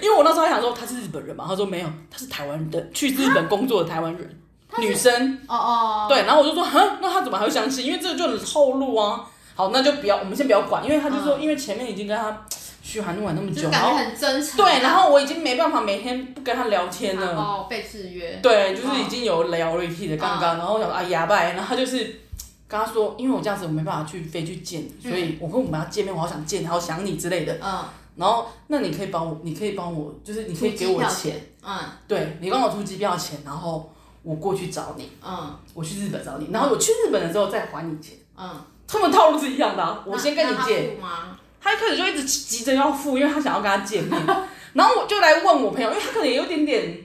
Speaker 1: 因为我那时候还想说他是日本人嘛，他说没有，他是台湾的，去日本工作的台湾人，女生。
Speaker 2: 哦哦，
Speaker 1: 对，然后我就说，哈，那他怎么还会相信？因为这个就很后路啊。好，那就不要，我们先不要管，因为他就说，因为前面已经跟他嘘寒问暖那么
Speaker 2: 就是
Speaker 1: 久，
Speaker 2: 感
Speaker 1: 然后
Speaker 2: 觉很真诚。啊
Speaker 1: 对，然后我已经没办法每天不跟他聊天
Speaker 2: 然
Speaker 1: 了。
Speaker 2: 后被制约。
Speaker 1: 对，就是已经有聊了一天的刚
Speaker 2: 哦
Speaker 1: 刚，然后我想说啊哑巴，然后他就是跟他说，因为我这样子我没办法去飞去见你，所以我跟我们要见面，我好想见你，好想你之类的。
Speaker 2: 嗯
Speaker 1: 然后那你可以帮我，你可以帮我，就是你可以给
Speaker 2: 出
Speaker 1: 我
Speaker 2: 机票
Speaker 1: 钱，
Speaker 2: 嗯
Speaker 1: 对你帮我出机票钱，然后我过去找你，
Speaker 2: 嗯
Speaker 1: 我去日本找你，然后我去日本了之后再还你钱。
Speaker 2: 嗯，
Speaker 1: 他们套路是一样的、啊，我先跟你
Speaker 2: 那那他
Speaker 1: 借，
Speaker 2: 付吗？
Speaker 1: 他一开始就一直急着要付，因为他想要跟他见面。然后我就来问我朋友，因为他可能也有点点。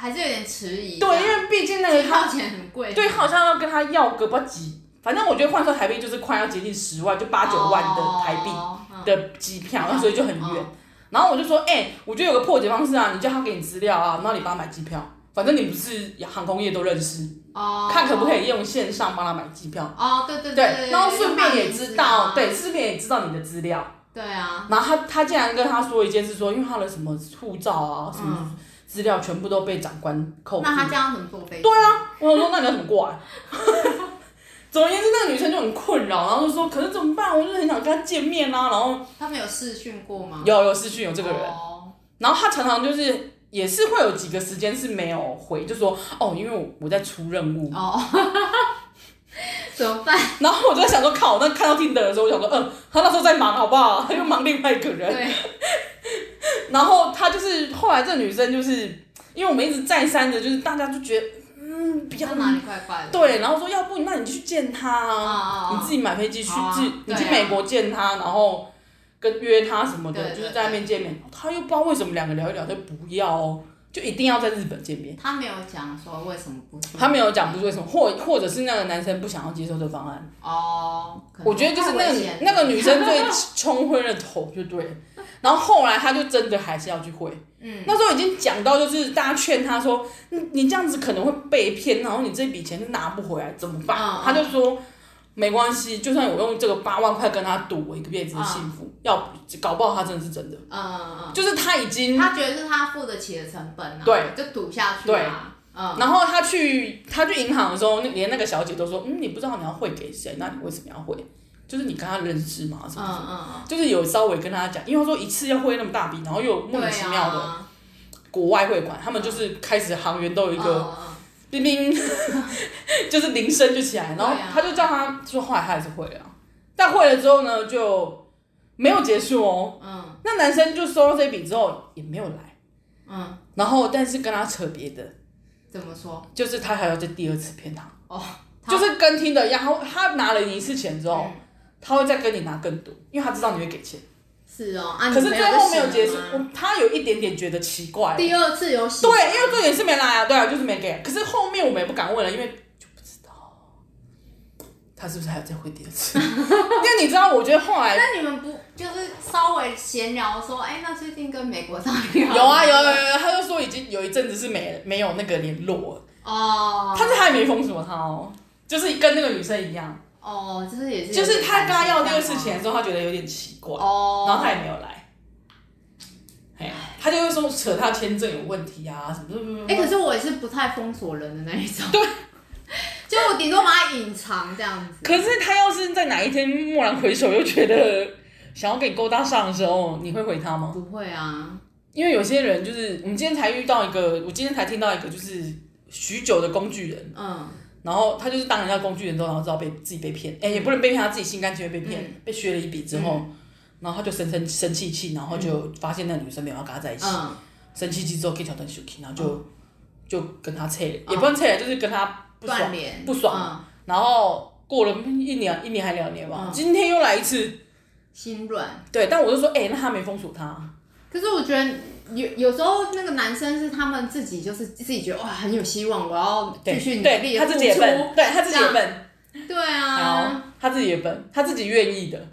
Speaker 2: 还是有点迟疑。
Speaker 1: 对，因为毕竟那个
Speaker 2: 机
Speaker 1: 他，
Speaker 2: 票钱很贵。
Speaker 1: 对，好像要跟他要个不知道几，反正我觉得换算台币就是快要接近十万，就八九万的台币
Speaker 2: 哦嗯
Speaker 1: 的机票，那所以就很远
Speaker 2: 嗯。
Speaker 1: 然后我就说，哎、我觉得有个破解方式啊，你叫他给你资料啊，然后你帮他买机票，反正你不是航空业都认识，
Speaker 2: 哦，
Speaker 1: 看可不可以用线上帮他买机票。
Speaker 2: 哦，对对
Speaker 1: 对，然后顺便也知道，
Speaker 2: 对
Speaker 1: 对，顺便也知道你的资料。
Speaker 2: 对啊，
Speaker 1: 然后他他竟然跟他说一件事说因为他的什么护照啊，什么
Speaker 2: 嗯，
Speaker 1: 资料全部都被长官扣住。
Speaker 2: 那他这样怎么做飞机？
Speaker 1: 对啊，我想说那你要怎么过来？啊 总而言之，那个女生就很困扰，然后就说：“可是怎么办？我就是很想跟她见面啊。”然后
Speaker 2: 他们有试训过吗？
Speaker 1: 有有失去有这个人，
Speaker 2: 哦
Speaker 1: 然后她常常就是也是会有几个时间是没有回，就说：“哦，因为我我在出任务。
Speaker 2: 哦，”怎么办？
Speaker 1: 然后我就在想说，靠，那看到 Tinder 的时候，我想说，嗯，他那时候在忙，好不好？他就忙另外一个人。
Speaker 2: 对，
Speaker 1: 然后他就是后来这女生就是，因为我们一直再三的，就是大家就觉得，嗯，不要
Speaker 2: 要哪里怪怪的？
Speaker 1: 对，然后说要不那你就去见他
Speaker 2: 啊
Speaker 1: 啊，
Speaker 2: 啊
Speaker 1: 你
Speaker 2: 啊
Speaker 1: 自！己买飞机去，
Speaker 2: 好啊
Speaker 1: 自己你去
Speaker 2: 对啊
Speaker 1: 美国见他，然后跟约他什么的，
Speaker 2: 对对
Speaker 1: 就是在那边见面。他又不知道为什么两个聊一聊就不要哦，就一定要在日本见面。
Speaker 2: 他没有讲说为什么不去，
Speaker 1: 他没有讲不是为什么，或或者是那个男生不想要接受这方案。
Speaker 2: 哦，可能
Speaker 1: 我觉得就是那
Speaker 2: 太
Speaker 1: 个
Speaker 2: 危
Speaker 1: 女
Speaker 2: 险
Speaker 1: 那个女生最冲昏了头，就 对了。然后后来她就真的还是要去会，
Speaker 2: 嗯，
Speaker 1: 那时候已经讲到，就是大家劝她说，你你这样子可能会被骗，然后你这笔钱是拿不回来，怎么办？
Speaker 2: 嗯嗯
Speaker 1: 她就说没关系，就算我用这个八万块跟她赌我一个月子的幸福，要搞不好她真的是真的，
Speaker 2: 嗯嗯
Speaker 1: 就是她已经
Speaker 2: 嗯，他觉得是他付得起的成本啊，
Speaker 1: 对，
Speaker 2: 就赌下去啊，嗯，
Speaker 1: 然后他去他去银行的时候，那连那个小姐都说，嗯，你不知道你要汇给谁，那你为什么要汇？就是你跟他认识嘛，什么什么，
Speaker 2: 嗯
Speaker 1: 就是有稍微跟他讲，因为他说一次要汇那么大笔，然后又有
Speaker 2: 嗯，
Speaker 1: 莫名其妙的
Speaker 2: 的
Speaker 1: 国外汇款，他们就是开始行员都有一
Speaker 2: 啊
Speaker 1: 个冰冰，就是铃声就起来，然后
Speaker 2: 对啊
Speaker 1: 他就叫他说，后来他还是汇了啊，但汇了之后呢，就没有结束哦。
Speaker 2: 嗯
Speaker 1: 那男生就收到这笔之后也没有来，
Speaker 2: 嗯，
Speaker 1: 然后但是跟他扯别的，
Speaker 2: 怎么说？
Speaker 1: 就是他还要再第二次骗他。
Speaker 2: 哦，他
Speaker 1: 就是跟听的一样，他他拿了你一次钱之后，
Speaker 2: 嗯
Speaker 1: 他会再跟你拿更多，因为他知道你会给钱。
Speaker 2: 是哦，啊，
Speaker 1: 可是
Speaker 2: 你
Speaker 1: 最后没有
Speaker 2: 就
Speaker 1: 结束
Speaker 2: 行了，吗
Speaker 1: 我他有一点点觉得奇怪。
Speaker 2: 第二次有洗，
Speaker 1: 对，因为重点是没来啊，对啊，就是没给。可是后面我们也不敢问了，因为就不知道他是不是还有再回第二 次。因为你知道，我觉得后来
Speaker 2: 那你们不就是稍微闲聊说，哎，那最近跟美国到底好
Speaker 1: 有啊有有有，他就说已经有一阵子是没没有那个联络了，
Speaker 2: 哦，
Speaker 1: 他是还没封锁他哦，就是跟那个女生一样，
Speaker 2: 哦，就是也是有
Speaker 1: 就
Speaker 2: 点担心，
Speaker 1: 是他跟他要第二次
Speaker 2: 这样
Speaker 1: 钱的时候，他觉得有点奇怪。
Speaker 2: 吗哦，
Speaker 1: 然后他也没有来。哎，他就会说扯他签证有问题啊，什么什么
Speaker 2: 哎、可是我也是不太封锁人的那一种。对， 就我顶多把它隐藏这样子。
Speaker 1: 可是他要是在哪一天蓦然回首，又觉得想要跟你勾搭上的时候，你会回他吗？
Speaker 2: 不会啊，
Speaker 1: 因为有些人就是，我们今天才遇到一个，我今天才听到一个，就是许久的工具人，
Speaker 2: 嗯，
Speaker 1: 然后他就是当人家工具人之后，然后知道被自己被骗，哎、也不
Speaker 2: 嗯
Speaker 1: 能被骗，他自己心甘情愿被骗，被削了一笔之后，然后他就生生生气气，然后就发现那女生没有要跟他在一起，
Speaker 2: 嗯，
Speaker 1: 生气气之后可以挑战 Suki，然后就、就跟他拆了，也不算拆了，就是跟他不
Speaker 2: 嗯断
Speaker 1: 爽。
Speaker 2: 联
Speaker 1: 不爽，然后过了一年、一年还两年吧，
Speaker 2: 嗯
Speaker 1: 今天又来一次。
Speaker 2: 嗯，心软。
Speaker 1: 对，但我就说，哎、那他没封锁他，
Speaker 2: 可是我觉得有有时候那个男生是他们自己就是自己觉得哇很有希望，我要
Speaker 1: 对
Speaker 2: 继续努
Speaker 1: 对，
Speaker 2: 力
Speaker 1: 他
Speaker 2: 的
Speaker 1: 自
Speaker 2: 付
Speaker 1: 己也
Speaker 2: 出。
Speaker 1: 笨，对他自己也笨，
Speaker 2: 对啊，
Speaker 1: 好，他自己也笨，他自己愿意的。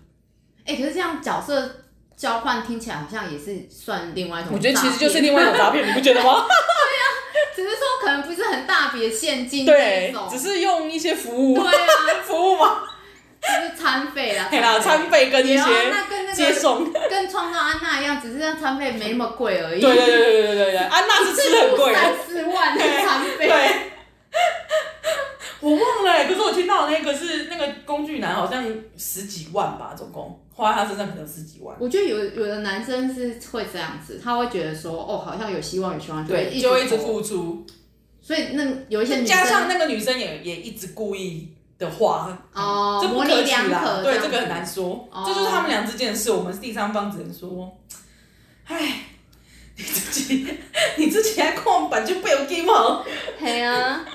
Speaker 2: 哎、可是这样角色交换听起来好像也是算另外一种。
Speaker 1: 我觉得其实就是另外一种诈骗，你不觉得 吗？
Speaker 2: 只是说可能不是很大笔的现金那
Speaker 1: 对
Speaker 2: 一种，
Speaker 1: 只是用一些服务
Speaker 2: 对啊，
Speaker 1: 服务嘛，
Speaker 2: 就是餐 费啦，
Speaker 1: 对啦，餐费跟一
Speaker 2: 然后
Speaker 1: 些
Speaker 2: 那跟那
Speaker 1: 接
Speaker 2: 个
Speaker 1: 送。
Speaker 2: 跟创造安娜一样，只是那餐费没那么贵而已。
Speaker 1: 对对对对对对对，安娜是吃的很贵的。
Speaker 2: 三四万的餐费。
Speaker 1: 对， 我忘了欸、可是我听到那个是那个工具男好像十几万吧，总共花在他身上可能十几万。
Speaker 2: 我觉得有有的男生是会这样子，他会觉得说，哦，好像有希望，有希望，
Speaker 1: 对，
Speaker 2: 就
Speaker 1: 就
Speaker 2: 会
Speaker 1: 会
Speaker 2: 一
Speaker 1: 一直
Speaker 2: 直投。
Speaker 1: 付出，
Speaker 2: 所以那有一些女生
Speaker 1: 加上那个女生也也一直故意的话，
Speaker 2: 哦
Speaker 1: 这不
Speaker 2: 模
Speaker 1: 可
Speaker 2: 棱
Speaker 1: 取
Speaker 2: 两
Speaker 1: 啦。
Speaker 2: 可，
Speaker 1: 对，
Speaker 2: 样
Speaker 1: 这个很难说，
Speaker 2: 哦
Speaker 1: 这就是他们俩之间的事，我们是第三方，只能说，唉，你自己你自己还逛板就被我给忙，
Speaker 2: 嘿啊，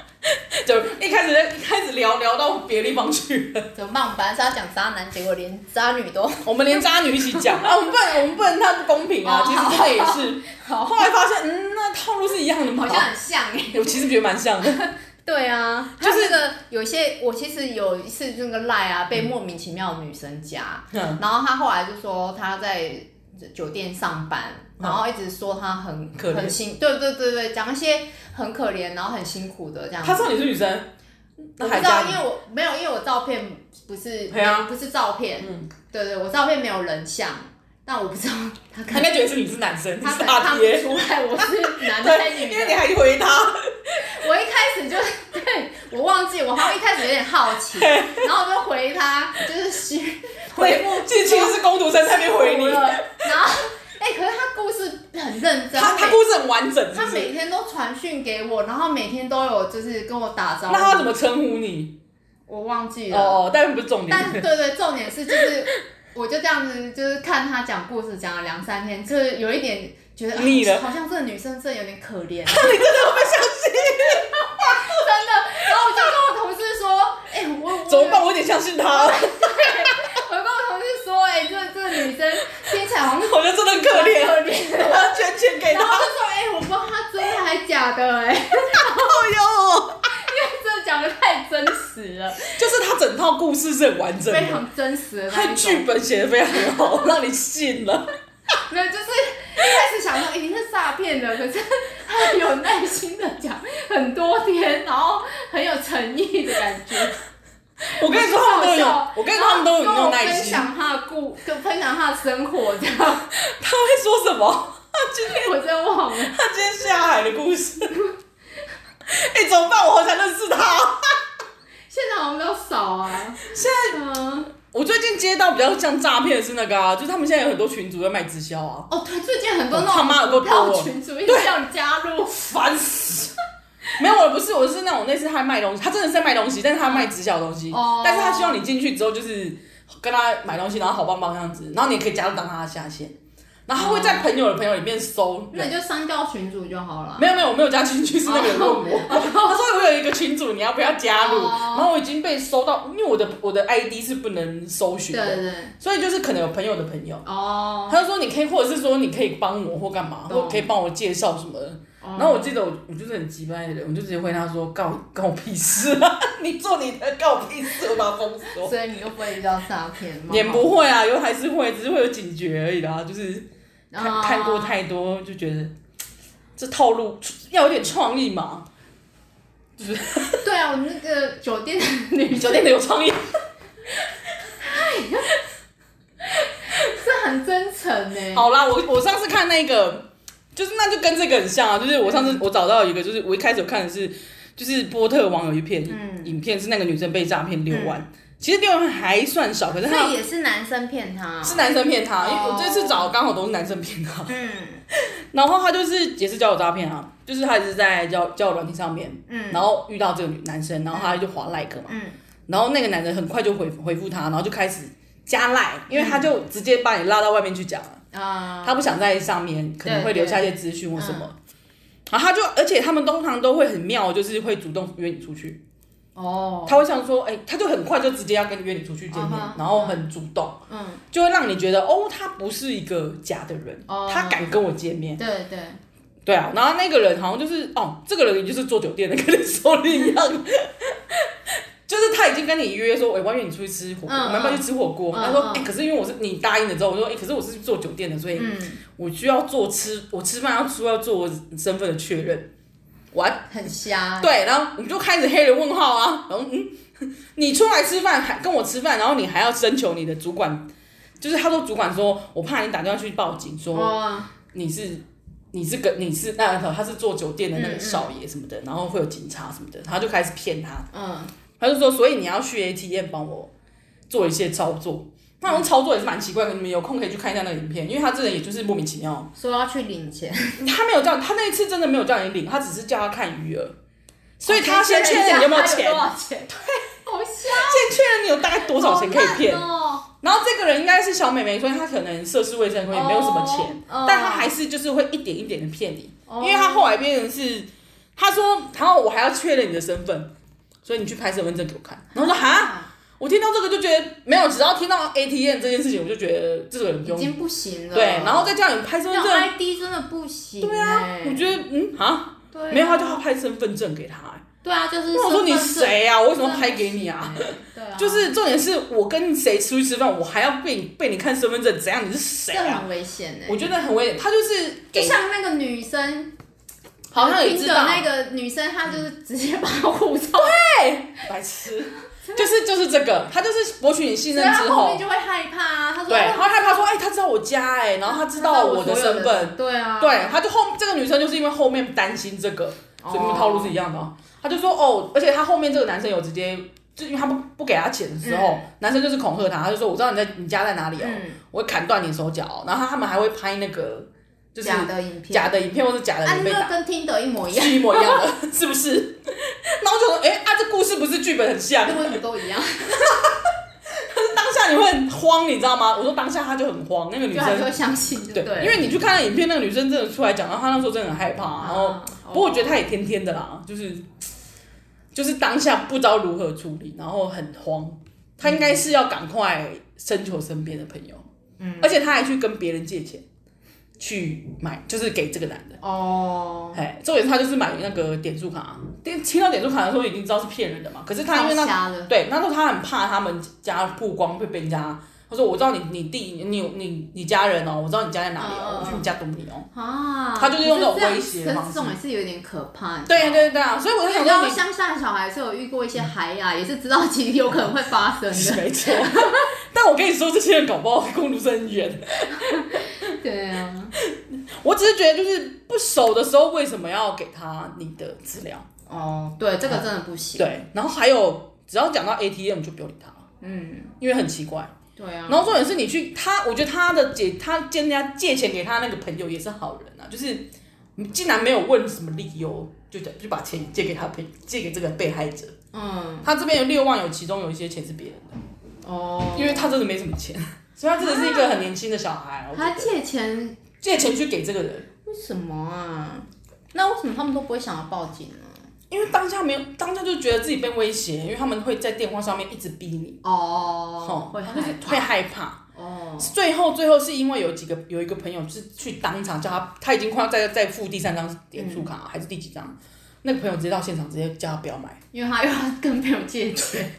Speaker 1: 就一开始在一开始聊聊到别的地方去了。
Speaker 2: 怎么办？我们本来是要讲渣男，结果连渣女都
Speaker 1: 我们连渣女一起讲啊，我们不能，我们不能太不公平啊。
Speaker 2: 哦
Speaker 1: 其实这个也是，
Speaker 2: 好
Speaker 1: 后来发现，嗯，那套路是一样的嘛
Speaker 2: 好。像很像哎、
Speaker 1: 我其实觉得蛮像的，
Speaker 2: 对啊，
Speaker 1: 就
Speaker 2: 就是是个有些我其实有一次那个赖啊，被莫名其妙的女生加，
Speaker 1: 嗯
Speaker 2: 然后她后来就说她在酒店上班，
Speaker 1: 嗯
Speaker 2: 然后一直说她很
Speaker 1: 可怜
Speaker 2: 很辛，对对对对，讲一些很可怜，然后很辛苦的这样子。
Speaker 1: 他说你是女生，
Speaker 2: 我
Speaker 1: 那
Speaker 2: 不
Speaker 1: 还
Speaker 2: 知道，
Speaker 1: 加
Speaker 2: 因
Speaker 1: 你
Speaker 2: 为我没有，因为我照片不是，
Speaker 1: 对啊
Speaker 2: 不是照片，
Speaker 1: 嗯
Speaker 2: 对对，我照片没有人像，但我不知道他
Speaker 1: 他
Speaker 2: 看
Speaker 1: 应该觉得是你是男 生，你
Speaker 2: 他
Speaker 1: 是
Speaker 2: 可能
Speaker 1: 大
Speaker 2: 看不
Speaker 1: 爹。
Speaker 2: 出来我是男的还是
Speaker 1: 对，
Speaker 2: 女
Speaker 1: 因为你
Speaker 2: 的。
Speaker 1: 还回他，
Speaker 2: 我一开始就对我忘记，我好像一开始有点好 奇，然后我就回他，就是虚回复
Speaker 1: 这其实是工读生在那边回你
Speaker 2: 服。了，然后哎、可是他故事很认真，
Speaker 1: 他他
Speaker 2: 每
Speaker 1: 故事很完整，是
Speaker 2: 他
Speaker 1: 不是？
Speaker 2: 每天都传讯给我，然后每天都有就是跟我打招呼。
Speaker 1: 那他怎么称呼你？
Speaker 2: 我忘记了。
Speaker 1: 哦，但不是重
Speaker 2: 但
Speaker 1: 点。
Speaker 2: 对对，重点是就是，我就这样子，就是看他讲故事，讲了两三天，就是有一点觉得啊
Speaker 1: 腻了
Speaker 2: 好像这个女生真的有点可怜，啊
Speaker 1: 你真的会相信？
Speaker 2: 真的。然后我就跟我同事说，哎、我我
Speaker 1: 怎么办？我有点相信 他，我
Speaker 2: 我跟我同事说，哎、这这个女生听起来好像
Speaker 1: 觉得真的很可怜，
Speaker 2: 可怜。
Speaker 1: 我要捐钱给
Speaker 2: 然后
Speaker 1: 他。
Speaker 2: 就说，哎、我不知道她真的还假的、哎，
Speaker 1: 哦哟，
Speaker 2: 真的讲的太真实了，
Speaker 1: 就是他整套故事是很完整
Speaker 2: 非
Speaker 1: 的，
Speaker 2: 常真实的
Speaker 1: 他
Speaker 2: 那一种
Speaker 1: 剧。本写的非常好，让你信了。
Speaker 2: 没有，就是一开始想说一定是诈骗的，可是他有耐心的讲很多天，然后很有诚意的感觉。
Speaker 1: 我跟你说，他们都
Speaker 2: 很
Speaker 1: 有
Speaker 2: 好笑，
Speaker 1: 我跟你说，他们都有那
Speaker 2: 然后跟
Speaker 1: 种
Speaker 2: 我
Speaker 1: 耐
Speaker 2: 分
Speaker 1: 心。
Speaker 2: 享他的故，跟分享他的生活这样。
Speaker 1: 他会说什么？他今天
Speaker 2: 我真忘了，
Speaker 1: 他今天下海的故事。 哎、怎么办？我好想认识他。
Speaker 2: 现在好像比较少啊。
Speaker 1: 现在
Speaker 2: 嗯，
Speaker 1: 我最近接到比较像诈骗的是那个啊，就是他们现在有很多群主在卖直销啊，
Speaker 2: 哦对，最近很多那
Speaker 1: 哦他妈有够
Speaker 2: 种
Speaker 1: 多
Speaker 2: 股票群主一直叫你加入，
Speaker 1: 烦死。没有，我不是，我是那种类似他卖东西，他真的是在卖东西，但是他卖直销的东西，
Speaker 2: 哦
Speaker 1: 但是他希望你进去之后就是跟他买东西，然后好棒棒这样子，然后你也可以加入当他的下线，然后他会
Speaker 2: 哦
Speaker 1: 在朋友的朋友里面搜
Speaker 2: 那
Speaker 1: 人
Speaker 2: 你就删掉群主就好了。
Speaker 1: 没有没有，我没有加进去，是那个人问我， 他说我有一个群组，你要不要加入？
Speaker 2: 哦
Speaker 1: 然后我已经被收到，因为我的我的 ID 是不能搜寻
Speaker 2: 对
Speaker 1: 的，
Speaker 2: 对对，
Speaker 1: 所以就是可能有朋友的朋友，
Speaker 2: 哦。
Speaker 1: 他就说你可以，或者是说你可以帮我或干嘛，
Speaker 2: 懂
Speaker 1: 或可以帮我介绍什么的。
Speaker 2: 哦
Speaker 1: 然后我记得我我就是很急掰的人，我就直接回他说告告我屁事啊， 你做你的，告我屁事，我把他封 锁。
Speaker 2: 所以你又不会遇到诈骗哦吗？
Speaker 1: 也不会啊，有还是会，只是会有警觉而已啦，就是看、
Speaker 2: 啊
Speaker 1: 看过太多就觉得这套路要有点创意嘛。
Speaker 2: 对啊，我们那个酒 店 的女
Speaker 1: 你酒店的有创意，
Speaker 2: 是很真诚欸呢。
Speaker 1: 好啦，我我上次看那个，就是那就跟这个很像啊，就是我上次
Speaker 2: 嗯
Speaker 1: 我找到一个，就是我一开始有看的是，就是波特王有一片、
Speaker 2: 嗯
Speaker 1: 影片是那个女生被诈骗六万，其实六万还算少，可是
Speaker 2: 所
Speaker 1: 她
Speaker 2: 以也是男生骗他、
Speaker 1: 是男生骗她，因为
Speaker 2: 哦
Speaker 1: 我这次找刚好都是男生骗她，
Speaker 2: 嗯
Speaker 1: 然后她就是也是交友诈骗啊，就是她也是在交交友软件上面，
Speaker 2: 嗯
Speaker 1: 然后遇到这个女男生，然后她就划 like 嘛，
Speaker 2: 嗯，
Speaker 1: 然后那个男的很快就回回复她，然后就开始加 like，因为
Speaker 2: 嗯
Speaker 1: 他就直接把你拉到外面去讲啊。
Speaker 2: 啊、
Speaker 1: 他不想在上面可能会留下一些资讯或什么，然后他就，而且他们通常都会很妙，就是会主动约你出去，
Speaker 2: 哦，
Speaker 1: 他会想说，哎、他就很快就直接要跟你约你出去见面
Speaker 2: 啊哈
Speaker 1: 然后很主动，
Speaker 2: 嗯，
Speaker 1: 就会让你觉得，哦，他不是一个假的人
Speaker 2: 哦
Speaker 1: 他敢跟我见面，
Speaker 2: 对对，
Speaker 1: 对啊，然后那个人好像就是，哦，这个人就是做酒店的，跟你说的一样。 就是他已经跟你约说，哎、我要约你出去吃火锅，
Speaker 2: 嗯
Speaker 1: 我们要不要去吃火锅？
Speaker 2: 嗯
Speaker 1: 他说，
Speaker 2: 嗯
Speaker 1: 哎、可是因为我是你答应了之后，我说，哎、可是我是做酒店的，所以
Speaker 2: 嗯，
Speaker 1: 我需要做吃，我吃饭要需要做我身份的确认。我还
Speaker 2: 嗯很瞎，
Speaker 1: 对，然后我们就开始黑人问号啊，然后嗯，你出来吃饭还跟我吃饭，然后你还要征求你的主管，就是他说主管说，我怕你打电话去报警，说
Speaker 2: 哦，
Speaker 1: 你是你是个你是那他是做酒店的那
Speaker 2: 嗯
Speaker 1: 个
Speaker 2: 嗯
Speaker 1: 少爷什么的，然后会有警察什么的，他就开始骗他，
Speaker 2: 嗯，
Speaker 1: 他就说，所以你要去 ATM 帮我做一些操作。那
Speaker 2: 嗯
Speaker 1: 种操作也是蛮奇怪的，你们有空可以去看一下那个影片，因为他这人也就是莫名其妙，啊
Speaker 2: 说要去领钱，
Speaker 1: 他没有叫，他那一次真的没有叫你领，他只是叫他看余额，所
Speaker 2: 哦
Speaker 1: 以他先确
Speaker 2: 一下
Speaker 1: 认你有没有
Speaker 2: 他
Speaker 1: 钱，
Speaker 2: 多少钱，对，好瞎，
Speaker 1: 先确认你有大概多少钱可以骗
Speaker 2: 好。烂哦，
Speaker 1: 然后这个人应该是小美眉，所以她可能涉世未深，所以没有什么钱，
Speaker 2: 哦
Speaker 1: 但她还是就是会一点一点的骗你，
Speaker 2: 哦
Speaker 1: 因为她后来变成是，她说，然后我还要确认你的身份，所以你去拍身份证给我看。然后我
Speaker 2: 嗯
Speaker 1: 说哈，我听到这个就觉得没有，只要听到 ATM 这件事情，我就觉得这个人不
Speaker 2: 已
Speaker 1: 用
Speaker 2: 经不行了，
Speaker 1: 对，然后再叫你拍身
Speaker 2: 那
Speaker 1: 份
Speaker 2: 种
Speaker 1: 证，
Speaker 2: ID 真的不行、欸，
Speaker 1: 对啊，我觉得嗯哈，
Speaker 2: 对啊
Speaker 1: 没有，他就要拍身份证给他、欸
Speaker 2: 对啊，就是
Speaker 1: 那我说你
Speaker 2: 身份证？
Speaker 1: 谁啊？我为什么要拍给你啊？
Speaker 2: 真的不行欸？对啊，
Speaker 1: 就是重点是我跟谁出去吃饭，我还要被你被你看身份证，怎样？你是谁
Speaker 2: 这
Speaker 1: 啊？
Speaker 2: 很危险呢、
Speaker 1: 我觉得很危险。他就是
Speaker 2: 就
Speaker 1: 给，
Speaker 2: 像那个女生
Speaker 1: 好像也
Speaker 2: 听
Speaker 1: 知
Speaker 2: 的
Speaker 1: 道，
Speaker 2: 那个女生，她就是直接把 护照，
Speaker 1: 白 痴，就是就是这个，他就是博取你信
Speaker 2: 所以
Speaker 1: 任
Speaker 2: 她
Speaker 1: 之
Speaker 2: 后面
Speaker 1: 后，
Speaker 2: 就会害怕啊。她说
Speaker 1: 对，他害怕说，哎，他知道我家，哎，然后他知道哦我的身份，，
Speaker 2: 对啊，
Speaker 1: 对，他就后这个女生就是因为后面担心这个，所以他们套路是一样的哦。他就说哦，而且他后面这个男生有直接，就因为他不不给他钱的时候，男生就是恐吓他，他就说我知道你在你家在哪里哦，
Speaker 2: 嗯，
Speaker 1: 我会砍断你手脚哦、然后他们还会拍那个就是
Speaker 2: 假的影片，
Speaker 1: 假的影片或者假的
Speaker 2: 啊，
Speaker 1: 人
Speaker 2: 那
Speaker 1: 被
Speaker 2: 个
Speaker 1: 打，
Speaker 2: 跟听的一模一样，
Speaker 1: 是一模一样的，是不是？然后我就说，哎、啊，这故事不是剧剧本很像，
Speaker 2: 那为什么都 一样？
Speaker 1: 当下你会很慌，你知道吗？我说当下她就很慌，那个女
Speaker 2: 就还是
Speaker 1: 生。
Speaker 2: 会相信就
Speaker 1: 对，
Speaker 2: 了
Speaker 1: 因为你去看那影片，那个女生真的出来讲，然后她那时候真的很害怕，然后，
Speaker 2: 啊
Speaker 1: 不过我觉得
Speaker 2: 哦
Speaker 1: 她也天天的啦，就是就是当下不知道如何处理，然后很慌。她应该是要赶快征求身边的朋友，
Speaker 2: 嗯，
Speaker 1: 而且她还去跟别人借钱去买，就是给这个男的。
Speaker 2: 哦，
Speaker 1: 哎，重点是她就是买那个点数卡，点听到点数卡的时候已经知道是骗人的嘛，可是她因为那
Speaker 2: 超瞎了，
Speaker 1: 对，那时候他很怕他们家曝光会被人家，他说我知道你你弟你你你家人哦，我知道你家在哪里
Speaker 2: 嗯嗯
Speaker 1: 哦，我去你家堵你哦。
Speaker 2: 啊，
Speaker 1: 他就是用这种
Speaker 2: 可是样
Speaker 1: 威胁
Speaker 2: 可
Speaker 1: 方
Speaker 2: 是这种
Speaker 1: 式
Speaker 2: 也是有点可怕，你知道
Speaker 1: 对
Speaker 2: 吗。
Speaker 1: 对对啊，所以我就想
Speaker 2: 然后
Speaker 1: 说
Speaker 2: 乡下的小孩是有遇过一些海雅，
Speaker 1: 嗯
Speaker 2: 也是知道其实有可能会发生
Speaker 1: 你
Speaker 2: 的。
Speaker 1: 没错，但我跟你说，这些人搞不好公路是很远。
Speaker 2: 对啊，
Speaker 1: 我只是觉得就是不熟的时候，为什么要给他你的资料？
Speaker 2: 哦，对，这个真的不行。
Speaker 1: 对，然后还有只要讲到 ATM 就不用理他，
Speaker 2: 嗯，
Speaker 1: 因为很奇怪。
Speaker 2: 对啊
Speaker 1: 然，后重点是你去他，我觉得他的姐，他跟人家借钱给他那个朋友也是好人啊，就是你竟然没有问什么理由，就就把钱借给他朋，借给这个被害者。
Speaker 2: 嗯，
Speaker 1: 他这边有六万，有其中有一些钱是别人的，
Speaker 2: 哦，
Speaker 1: 因为他真的没什么钱， 所以他真的是一个很年轻的小孩。啊我觉
Speaker 2: 他
Speaker 1: 得
Speaker 2: 借钱
Speaker 1: 借钱去给这个人，
Speaker 2: 为什么啊？那为什么他们都不会想要报警呢？
Speaker 1: 因为当下没有，当下就觉得自己被威胁，因为他们会在电话上面一直逼你，
Speaker 2: 哦，会
Speaker 1: 他就是
Speaker 2: 害
Speaker 1: 会
Speaker 2: 怕。
Speaker 1: 害哎怕。
Speaker 2: 哦，
Speaker 1: 最后最后是因为有几个有一个朋友是去当场叫他，他已经快要在在付第三张点数卡、还是第几张，那个朋友直接到现场直接叫他不要买。
Speaker 2: 因为他又要跟朋友借钱。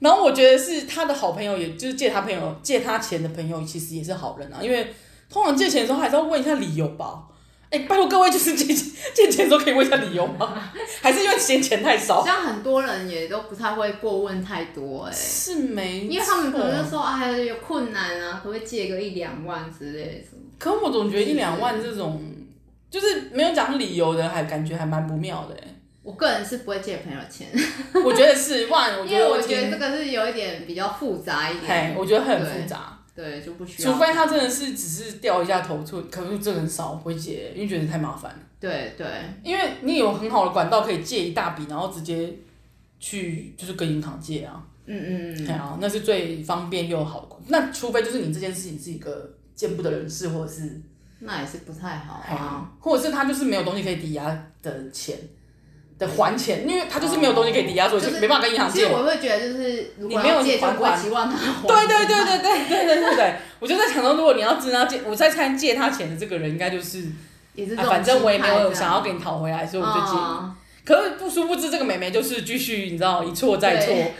Speaker 1: 然后我觉得是他的好朋友，也就是借他朋友借他钱的朋友，其实也是好人啊，因为通常借钱的时候还是要问一下理由吧。哎、拜托各位，就是借钱借钱的时候可以问一下理由吗？ 还是因为嫌钱太少？
Speaker 2: 像很多人也都不太会过问太多哎、
Speaker 1: 是没错，
Speaker 2: 因为他们可能就说哎有困难啊，可不可以借个一两万之类的什么？
Speaker 1: 可我总觉得一两万这种，就是没有讲理由的，还感觉还蛮不妙的、欸。
Speaker 2: 我个人是不会借朋友钱，
Speaker 1: 我觉得是万，我
Speaker 2: 因
Speaker 1: 觉
Speaker 2: 为
Speaker 1: 得
Speaker 2: 我
Speaker 1: 听
Speaker 2: 觉得这个是有一点比较复杂一
Speaker 1: 嘿
Speaker 2: 点，，
Speaker 1: 我觉得很复杂，
Speaker 2: 对，就不需要。
Speaker 1: 除非他真的是只是掉一下头寸，可能这个很少会借，因为觉得太麻烦了。
Speaker 2: 对对，
Speaker 1: 因为你有很好的管道可以借一大笔，然后直接去就是跟银行借啊，
Speaker 2: 嗯嗯
Speaker 1: 对啊，那是最方便又好的管。那除非就是你这件事情是一个见不得人士，或者是
Speaker 2: 嗯，那也是不太好
Speaker 1: 哎
Speaker 2: 啊。
Speaker 1: 呀或者是他就是没有东西可以抵押的钱的还钱，因为他就是没有东西可以抵押，所以就
Speaker 2: 就是
Speaker 1: 没办法跟银行
Speaker 2: 其
Speaker 1: 借
Speaker 2: 实。我会觉得，就是如
Speaker 1: 你
Speaker 2: 果
Speaker 1: 没有
Speaker 2: 要借，就
Speaker 1: 还
Speaker 2: 不会
Speaker 1: 款
Speaker 2: 期望他还。
Speaker 1: 对对对对对对对对对，我就在想说，如果你要知道借，我在猜借他钱的这个人，应该就是、
Speaker 2: 也是这
Speaker 1: 啊
Speaker 2: 种
Speaker 1: 反正我也没
Speaker 2: 心态这
Speaker 1: 有
Speaker 2: 样
Speaker 1: 想要给你讨回来，所以我就借。
Speaker 2: 啊
Speaker 1: 可是不殊不知，这个妹妹就是继续，你知道一错再错
Speaker 2: 对。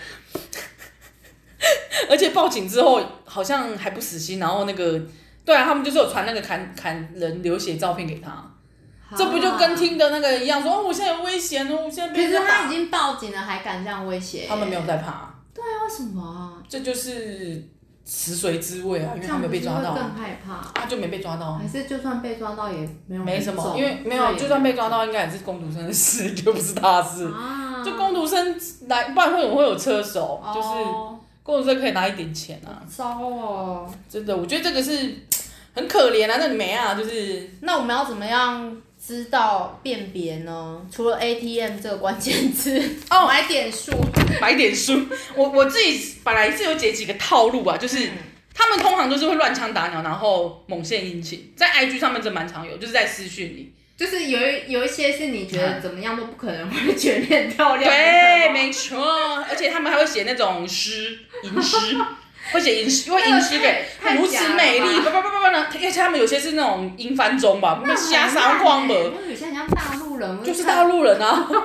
Speaker 1: 而且报警之后好像还不死心，然后那个对啊，他们就是有传那个砍砍人流血照片给他，这不就跟
Speaker 2: 啊
Speaker 1: 听的那个一样，说哦我现在有危险哦，我现在
Speaker 2: 可
Speaker 1: 被
Speaker 2: 是
Speaker 1: 人家
Speaker 2: 他
Speaker 1: 打
Speaker 2: 已。经报警了，还敢这样威胁？哎
Speaker 1: 他们没有在怕，
Speaker 2: 那为什么啊？
Speaker 1: 这就是食髓知味啊，因为他
Speaker 2: 这样
Speaker 1: 没有被抓到
Speaker 2: 不是会
Speaker 1: 啊，
Speaker 2: 更害怕，
Speaker 1: 他就没被抓到啊。
Speaker 2: 还是就算被抓到也没有
Speaker 1: 没什
Speaker 2: 很
Speaker 1: 么，
Speaker 2: 重
Speaker 1: 因为没
Speaker 2: 对
Speaker 1: 有，啊就算被抓到，应该也是工读生的事，就不是他的事。
Speaker 2: 啊，
Speaker 1: 就工读生来，不然会有会有车手，就是
Speaker 2: 哦
Speaker 1: 工读生可以拿一点钱啊。
Speaker 2: 糟哦。
Speaker 1: 真的，我觉得这个是很可怜啊，那你没啊，就是
Speaker 2: 那我们要怎么样知道辨别呢？除了 ATM 这个关键字，
Speaker 1: 哦
Speaker 2: 买点数，
Speaker 1: 买点书。我我自己本来是有解几个套路啊，就是。
Speaker 2: 嗯
Speaker 1: 他们通常都是会乱枪打鸟，然后猛献殷勤，在 IG 上面真蛮常有，就是在私讯里。
Speaker 2: 就是有一有一些是你觉得怎么样都不可能会全面漂亮的，
Speaker 1: 对，没错，而且他们还会写那种诗，吟 诗，会写吟诗，会吟诗给
Speaker 2: 那个太
Speaker 1: 如此美
Speaker 2: 太假
Speaker 1: 丽，
Speaker 2: 了
Speaker 1: 叭叭叭叭叭呢。而且他们有些是那种英翻中吧，
Speaker 2: 那很
Speaker 1: 瞎
Speaker 2: 烂
Speaker 1: 撒谎吧
Speaker 2: 欸，那有些很像大陆人，
Speaker 1: 就是大
Speaker 2: 陆
Speaker 1: 陆人啊。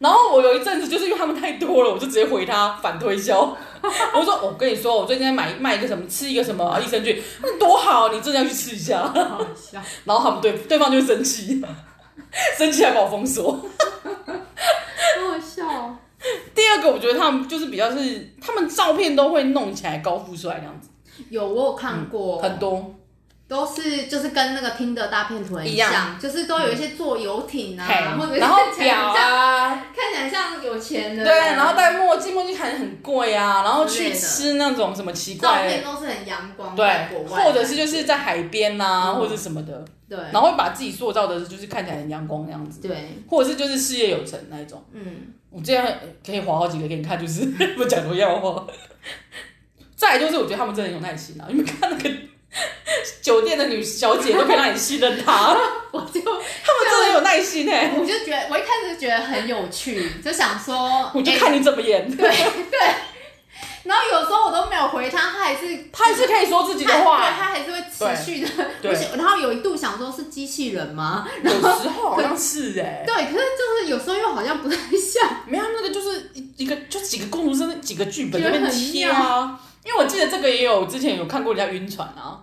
Speaker 1: 然后我有一阵子就是因为他们太多了，我就直接回他反推销。 我说我跟你说，我最近在买卖一个什么，吃一个什么益生菌，那多好，你真的要去吃一下。
Speaker 2: 好笑。
Speaker 1: 然后他们对对方就会生气， 生气还把我封锁。
Speaker 2: 好好笑哦，
Speaker 1: 第二个，我觉得他们就是比较是，他们照片都会弄起来高富帅那样子，
Speaker 2: 有我有看过，
Speaker 1: 很多。
Speaker 2: 都是就是跟那个听的大片图很
Speaker 1: 一
Speaker 2: 像，
Speaker 1: 样
Speaker 2: 就是都有一些坐游艇啊，或者
Speaker 1: 嘿
Speaker 2: 是
Speaker 1: 然后表
Speaker 2: 看起来
Speaker 1: 啊，
Speaker 2: 像看起来像有钱人
Speaker 1: 对，
Speaker 2: 啊，
Speaker 1: 然后戴墨镜，墨镜看起来很贵啊，然后
Speaker 2: 之类
Speaker 1: 去
Speaker 2: 的
Speaker 1: 吃那种什么奇
Speaker 2: 照
Speaker 1: 怪的，
Speaker 2: 片都是很阳光，在国
Speaker 1: 对，
Speaker 2: 外
Speaker 1: 或者是就是在海边呐、
Speaker 2: 嗯
Speaker 1: 或者什么的，
Speaker 2: 对
Speaker 1: 然后会把自己塑造的就是看起来很阳光那样子，
Speaker 2: 对，
Speaker 1: 或者是就是事业有成那一种。
Speaker 2: 嗯，
Speaker 1: 我之前可以划好几个给你看，就是 不讲都要话。再来就是，我觉得他们真的很有耐心啊！你们看那个酒店的女小姐都可以让你信任她，
Speaker 2: 我就
Speaker 1: 他们真的很有耐心哎、
Speaker 2: 我就觉得，我一开始就觉得很有趣，就想说，哎
Speaker 1: 我就
Speaker 2: 诶
Speaker 1: 看你怎么演。
Speaker 2: 然后有时候我都没有回他，他还是
Speaker 1: 她还是可以说自己
Speaker 2: 他
Speaker 1: 的
Speaker 2: 对，
Speaker 1: 话，
Speaker 2: 他还是会持续的。
Speaker 1: 对
Speaker 2: 我想然后有一度想说是机器人吗？
Speaker 1: 有时候好像是哎、
Speaker 2: 对，可是就是有时候又好像不太像。
Speaker 1: 没有，那个就是一个就几个工读生的几个剧本在那边贴啊。因为我记得这个也有，之前有看过人家晕船啊，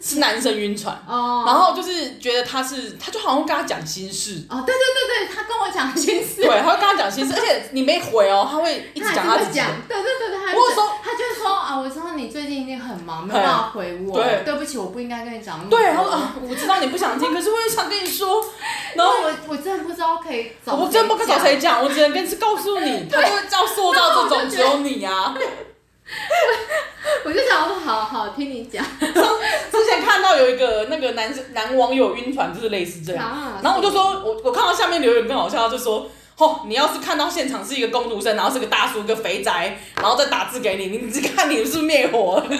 Speaker 1: 是男生晕船，
Speaker 2: 哦，
Speaker 1: 然后就是觉得他是，他就好像跟他讲心事，
Speaker 2: 哦，对对对对，他跟我讲心事，
Speaker 1: 对，他会跟他讲心事，而且你没回哦，他会一直
Speaker 2: 他
Speaker 1: 讲
Speaker 2: 还
Speaker 1: 他
Speaker 2: 是
Speaker 1: 自
Speaker 2: 会
Speaker 1: 己的。
Speaker 2: 讲，对对对对，他
Speaker 1: 我有时候
Speaker 2: 他就会说啊，我知道你最近一定很忙，没有办法回我，
Speaker 1: 对
Speaker 2: 对不起，我不应该跟你讲那么多。
Speaker 1: 对，然后啊，我知道你不想 听，可是我也想跟你说，然后
Speaker 2: 因为我我真的不知道可以找，
Speaker 1: 我真不知道找谁。讲，我只能跟告诉你， 他就会要塑造这种只有你啊。
Speaker 2: 我就想说，好好听你讲，
Speaker 1: 之前看到有一个那个男生男网友晕船，就是类似这样。
Speaker 2: 啊
Speaker 1: 然后我就，说，我我看到下面留言更好笑，他就说，哦，你要是看到现场是一个工读生，然后是个大叔，一个肥宅，然后再打字给你，你只看你是不是灭火了？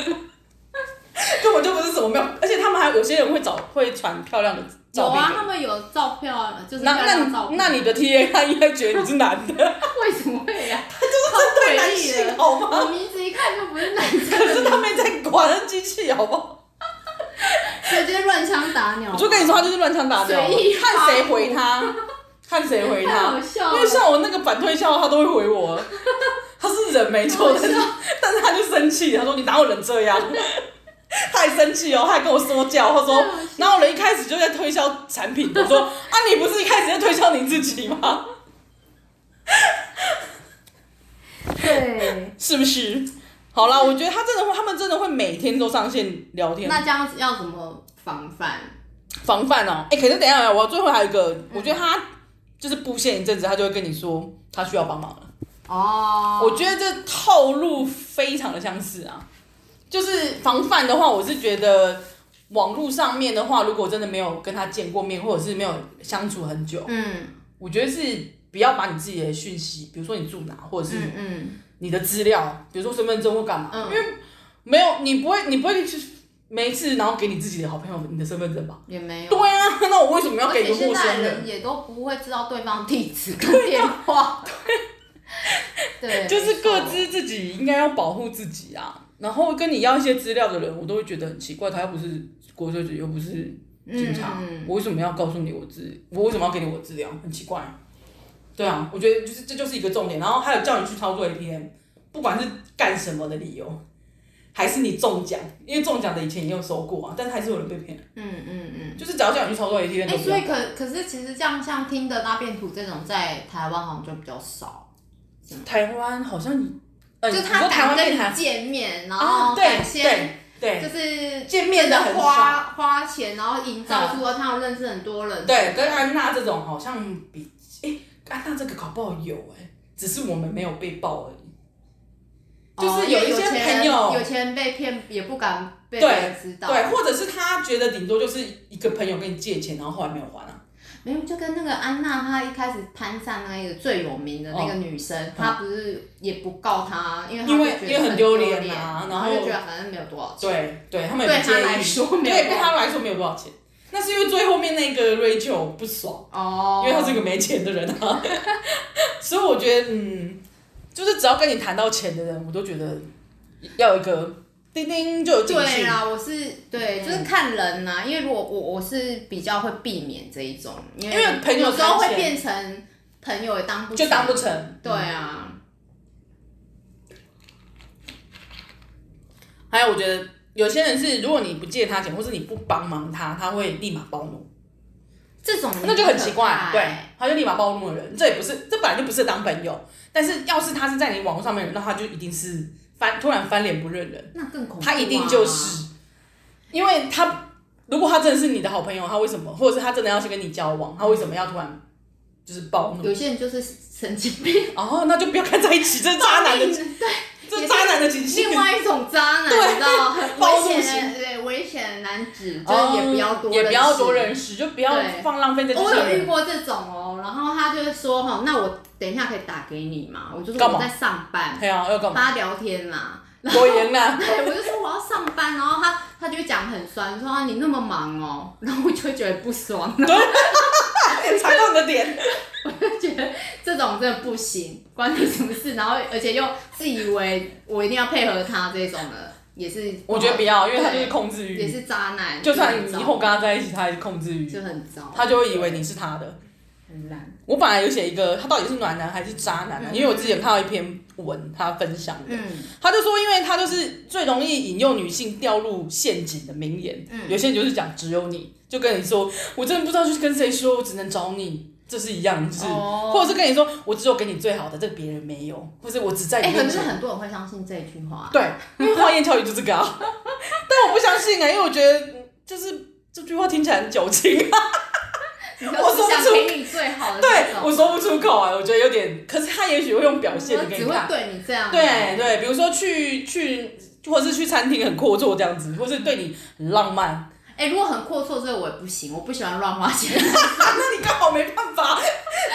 Speaker 1: 根本就不是什么妙，而且他们还有些人会找会传漂亮的
Speaker 2: 有
Speaker 1: 照片
Speaker 2: 啊，
Speaker 1: 给
Speaker 2: 他们有照片啊，就是
Speaker 1: 那
Speaker 2: 漂
Speaker 1: 那
Speaker 2: 亮
Speaker 1: 你
Speaker 2: 照片
Speaker 1: 那你的 T A 他应该觉得你是男 的，
Speaker 2: 为什么会呀、他
Speaker 1: 对
Speaker 2: 就是
Speaker 1: 男性好吗？
Speaker 2: 我名字一看就不是男生，
Speaker 1: 可是他没在管那机器，好不好？
Speaker 2: 直接乱枪打鸟。
Speaker 1: 我就跟你说，他就是乱枪打鸟，啊
Speaker 2: 随意发
Speaker 1: 看
Speaker 2: 布
Speaker 1: 谁回他， 看谁回
Speaker 2: 太
Speaker 1: 他
Speaker 2: 好。笑
Speaker 1: 因为
Speaker 2: 了，
Speaker 1: 像我那个反推笑，他都会回我， 他是人没错，但是 但是他就生气，他说你哪有人这样， 他还生气哦，他还跟我说教，他说哪有人一开始就在推销产品，我 说啊你不是一开始在推销你自己吗？
Speaker 2: 对。
Speaker 1: 是不是？好啦，我觉得他真的会，他们真的会每天都上线聊天，
Speaker 2: 那这样子要怎么防范？
Speaker 1: 防范哦、哎、可是等一下，我最后还有一个，我觉得他就是布线一阵子，他就会跟你说他需要帮忙了。
Speaker 2: 哦，
Speaker 1: 我觉得这套路非常的相似啊。就是防范的话，我是觉得网络上面的话，如果真的没有跟他见过面，或者是没有相处很久，
Speaker 2: 嗯
Speaker 1: 我觉得是不要把你自己的讯息，比如说你住哪，或者是
Speaker 2: 嗯嗯，
Speaker 1: 你的资料，比如说身份证或干嘛，
Speaker 2: 嗯
Speaker 1: 因为没有你不会，你不会去每一次然后给你自己的好朋友你的身份证吧？
Speaker 2: 也没有。
Speaker 1: 对啊，那我为什么要
Speaker 2: 而
Speaker 1: 给一
Speaker 2: 且
Speaker 1: 个
Speaker 2: 现
Speaker 1: 陌
Speaker 2: 在
Speaker 1: 生人
Speaker 2: 人？也都不会知道对方地址跟电话。对，
Speaker 1: 啊就是各
Speaker 2: 没错。
Speaker 1: 自自己应该要保护自己啊。然后跟你要一些资料的人，我都会觉得很奇怪，他又不是国税局，又不是警察，
Speaker 2: 嗯
Speaker 1: 我为什么要告诉你我资？我为什么要给你我资料？很奇怪。对啊，我觉得就是这就是一个重点。然后还有叫你去操作 ATM，不管是干什么的理由，还是你中奖，因为中奖的以前也有收过啊，但是还是有人被骗。
Speaker 2: 嗯嗯嗯。
Speaker 1: 就是只要叫你去操作 ATM，
Speaker 2: 哎、
Speaker 1: 都不
Speaker 2: 所
Speaker 1: 要
Speaker 2: 以可可是其实这样像听的大便图这种，在台湾好像就比较少，
Speaker 1: 台湾好像，呃，
Speaker 2: 就
Speaker 1: 你
Speaker 2: 他
Speaker 1: 说台湾
Speaker 2: 敢跟
Speaker 1: 电
Speaker 2: 你哦
Speaker 1: 台
Speaker 2: 见面，然
Speaker 1: 啊，
Speaker 2: 后
Speaker 1: 对对
Speaker 2: 敢先
Speaker 1: 对
Speaker 2: 就是
Speaker 1: 见面的很少
Speaker 2: 花花钱，然后营造出了他有认识很多人。
Speaker 1: 对，跟安娜这种好像比，诶，安娜这个搞不好有诶，只是我们没有被爆而已。
Speaker 2: 哦，
Speaker 1: 就是有一些
Speaker 2: 因为钱
Speaker 1: 朋友
Speaker 2: 有钱人被骗也不敢被
Speaker 1: 对
Speaker 2: 别人知道。
Speaker 1: 对，或者是他觉得顶多就是一个朋友跟你借钱，然后后来没有还啊。
Speaker 2: 没有，就跟那个安娜，她一开始攀上那个最有名的那个女生，她不是也不告她，因为她
Speaker 1: 哦因为
Speaker 2: 就觉得
Speaker 1: 因为很
Speaker 2: 很
Speaker 1: 丢
Speaker 2: 脸
Speaker 1: 脸啊
Speaker 2: 然
Speaker 1: 然后
Speaker 2: 就觉得反正没有多少钱，
Speaker 1: 对对，他们也
Speaker 2: 哦对
Speaker 1: 不
Speaker 2: 她
Speaker 1: 介
Speaker 2: 来
Speaker 1: 意。
Speaker 2: 说没有
Speaker 1: 对，
Speaker 2: 多
Speaker 1: 对
Speaker 2: 少
Speaker 1: 他来说没有多少钱，那是因为最后面那个 Rachel 不爽，
Speaker 2: 哦
Speaker 1: 因，为他是个没钱的人啊。 所以我觉得，嗯，就是只要跟你谈到钱的人，我都觉得要有一个叮叮就有警
Speaker 2: 对
Speaker 1: 讯。
Speaker 2: 啦，我是
Speaker 1: 嗯
Speaker 2: 对，就是看人呐、因为如果我我是比较会避免这一种，因
Speaker 1: 因为朋友
Speaker 2: 有时
Speaker 1: 谈
Speaker 2: 候会
Speaker 1: 钱
Speaker 2: 变成朋友也当不
Speaker 1: 就当不
Speaker 2: 成，
Speaker 1: 成。
Speaker 2: 对啊，
Speaker 1: 还有，我觉得有些人是，如果你不借他钱，或是你不帮忙他，他会立马暴怒，
Speaker 2: 这种
Speaker 1: 那就很奇
Speaker 2: 嗯可
Speaker 1: 怪
Speaker 2: 怕。
Speaker 1: 对
Speaker 2: 欸，
Speaker 1: 他就立马暴怒的人，这也不是，这本来就不是当朋友。但是要是他是在你网络上面的人，那他就一定是翻突然翻脸不认人，
Speaker 2: 那更恐怖、啊，
Speaker 1: 他一定就是，因为他如果他真的是你的好朋友，他为什么，或者是他真的要去跟你交往，他为什么要突然就是暴怒？
Speaker 2: 有些人就是神经病，
Speaker 1: 哦，那就不要跟在一起，这是渣 男的，
Speaker 2: 对。
Speaker 1: 这是渣男的情绪。
Speaker 2: 另外一种渣男，
Speaker 1: 对
Speaker 2: 你知道，很
Speaker 1: 包
Speaker 2: 危
Speaker 1: 容
Speaker 2: 险的，对，危危险的男子，就是也不要多、
Speaker 1: 哦也不要多。认识，就不要
Speaker 2: 对
Speaker 1: 放浪费在这
Speaker 2: 我
Speaker 1: 些
Speaker 2: 有遇
Speaker 1: 人。
Speaker 2: 过这种哦，然后他就会说哈，那我等一下可以打给你嘛？我就说
Speaker 1: 干嘛
Speaker 2: 我在上班，
Speaker 1: 对啊，要干
Speaker 2: 跟
Speaker 1: 嘛？
Speaker 2: 他聊天啦。
Speaker 1: 多言啦，
Speaker 2: 对， 我就说我要上班，然后他他就讲很酸，说、啊、你那么忙哦，然后我就会觉得不爽，
Speaker 1: 踩到你的点。
Speaker 2: 觉得这种真的不行，关你什么事？然后而且又自以为我一定要配合他这种的，也是
Speaker 1: 我觉得不要，因为他就
Speaker 2: 对
Speaker 1: 是控制
Speaker 2: 也
Speaker 1: 欲，
Speaker 2: 是渣男，
Speaker 1: 就算
Speaker 2: 很
Speaker 1: 你
Speaker 2: 糟
Speaker 1: 以后跟他在一起，他也是控制欲，
Speaker 2: 就很糟，
Speaker 1: 他就会以为你是他的。
Speaker 2: 很烂，
Speaker 1: 我本来有写一个，他到底是暖男还是渣男、啊？因为我之前看到一篇文，他分享的，
Speaker 2: 嗯
Speaker 1: 他就说，因为他就是最容易引诱女性掉入陷阱的名言。
Speaker 2: 嗯
Speaker 1: 有些人就是讲只有你，就跟你说，我真的不知道去跟谁说，我只能找你，这是一样，就是，
Speaker 2: 哦
Speaker 1: 或者是跟你说，我只有给你最好的，这个别人没有，或是我只在你
Speaker 2: 哎、可
Speaker 1: 面
Speaker 2: 是
Speaker 1: 前。
Speaker 2: 很多人会相信这一句话，啊
Speaker 1: 对，因为花言巧语就这个啊，但我不相信啊、因为我觉得嗯就是这句话听起来很矫情啊，
Speaker 2: 你
Speaker 1: 我说
Speaker 2: 就
Speaker 1: 不
Speaker 2: 想
Speaker 1: 出
Speaker 2: 给你最好 的
Speaker 1: 对
Speaker 2: 那啊种，
Speaker 1: 我说不出口啊，我觉得有点，可是他也许会用表现的
Speaker 2: 我
Speaker 1: 给
Speaker 2: 只
Speaker 1: 你
Speaker 2: 会啊
Speaker 1: 看。
Speaker 2: 对你这样，
Speaker 1: 对对，比如说去去，或者是去餐厅很阔绰这样子，或是对你很浪漫，啊
Speaker 2: 哎、如果很阔绰，这个我也不行，我不喜欢乱 花钱，
Speaker 1: 那你刚好没办 法，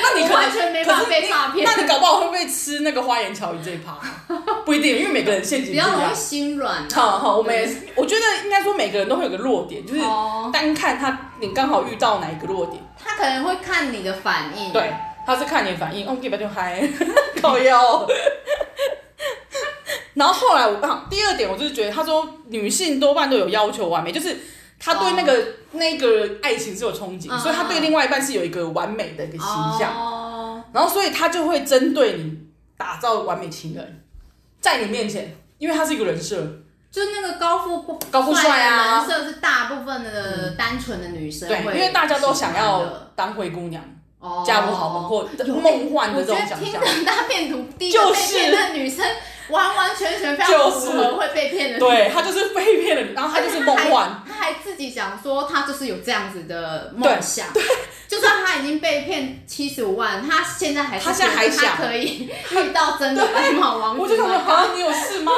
Speaker 1: 那你
Speaker 2: 我
Speaker 1: 可
Speaker 2: 完
Speaker 1: 能。
Speaker 2: 全没
Speaker 1: 可
Speaker 2: 办
Speaker 1: 是
Speaker 2: 法被诈骗，
Speaker 1: 那你搞不好会不会吃那个花言巧语这一趴？啊不一定，因为每个人陷阱不
Speaker 2: 比
Speaker 1: 一样
Speaker 2: 较。容易心软、啊。
Speaker 1: 好好，我们也是，我觉得应该说每个人都会有个弱点，就是
Speaker 2: 哦，
Speaker 1: 单看他你刚好遇到哪一个弱点。
Speaker 2: 他可能会看你的反应。
Speaker 1: 对，他是看你的反应，哦，给吧就嗨， 靠腰。 然后后来我刚第二点，我就是觉得他说女性多半都有要求完美，就是她对那个、那个爱情是有憧憬，
Speaker 2: 哦嗯
Speaker 1: 所以她对另外一半是有一个完美的一个形象，
Speaker 2: 哦，
Speaker 1: 然后所以她就会针对你打造完美情人，在你面前，因为他是一个人设，
Speaker 2: 就那个高富
Speaker 1: 高富帅啊
Speaker 2: 的人设是大部分的单纯的女生
Speaker 1: 对，
Speaker 2: 会
Speaker 1: 因为大家都想
Speaker 2: 喜欢
Speaker 1: 要
Speaker 2: 的
Speaker 1: 当灰姑娘、
Speaker 2: 哦
Speaker 1: 嫁入豪门或
Speaker 2: 有
Speaker 1: 梦幻的
Speaker 2: 我
Speaker 1: 这
Speaker 2: 觉
Speaker 1: 种
Speaker 2: 得
Speaker 1: 想
Speaker 2: 听
Speaker 1: 象。
Speaker 2: 人大骗图，第一个
Speaker 1: 就
Speaker 2: 被
Speaker 1: 是
Speaker 2: 骗的女生完完全全非常符
Speaker 1: 就是
Speaker 2: 合会被骗的女生，
Speaker 1: 对，她就是被骗了，然后她就是梦幻。
Speaker 2: 他还自己讲说，他就是有这样子的梦想。就算他已经被骗七十五万，他现在还是
Speaker 1: 他现在还
Speaker 2: 觉得他
Speaker 1: 想
Speaker 2: 可以遇到真的白马王
Speaker 1: 我
Speaker 2: 子
Speaker 1: 就想说，
Speaker 2: 吗。
Speaker 1: 啊，你有事吗？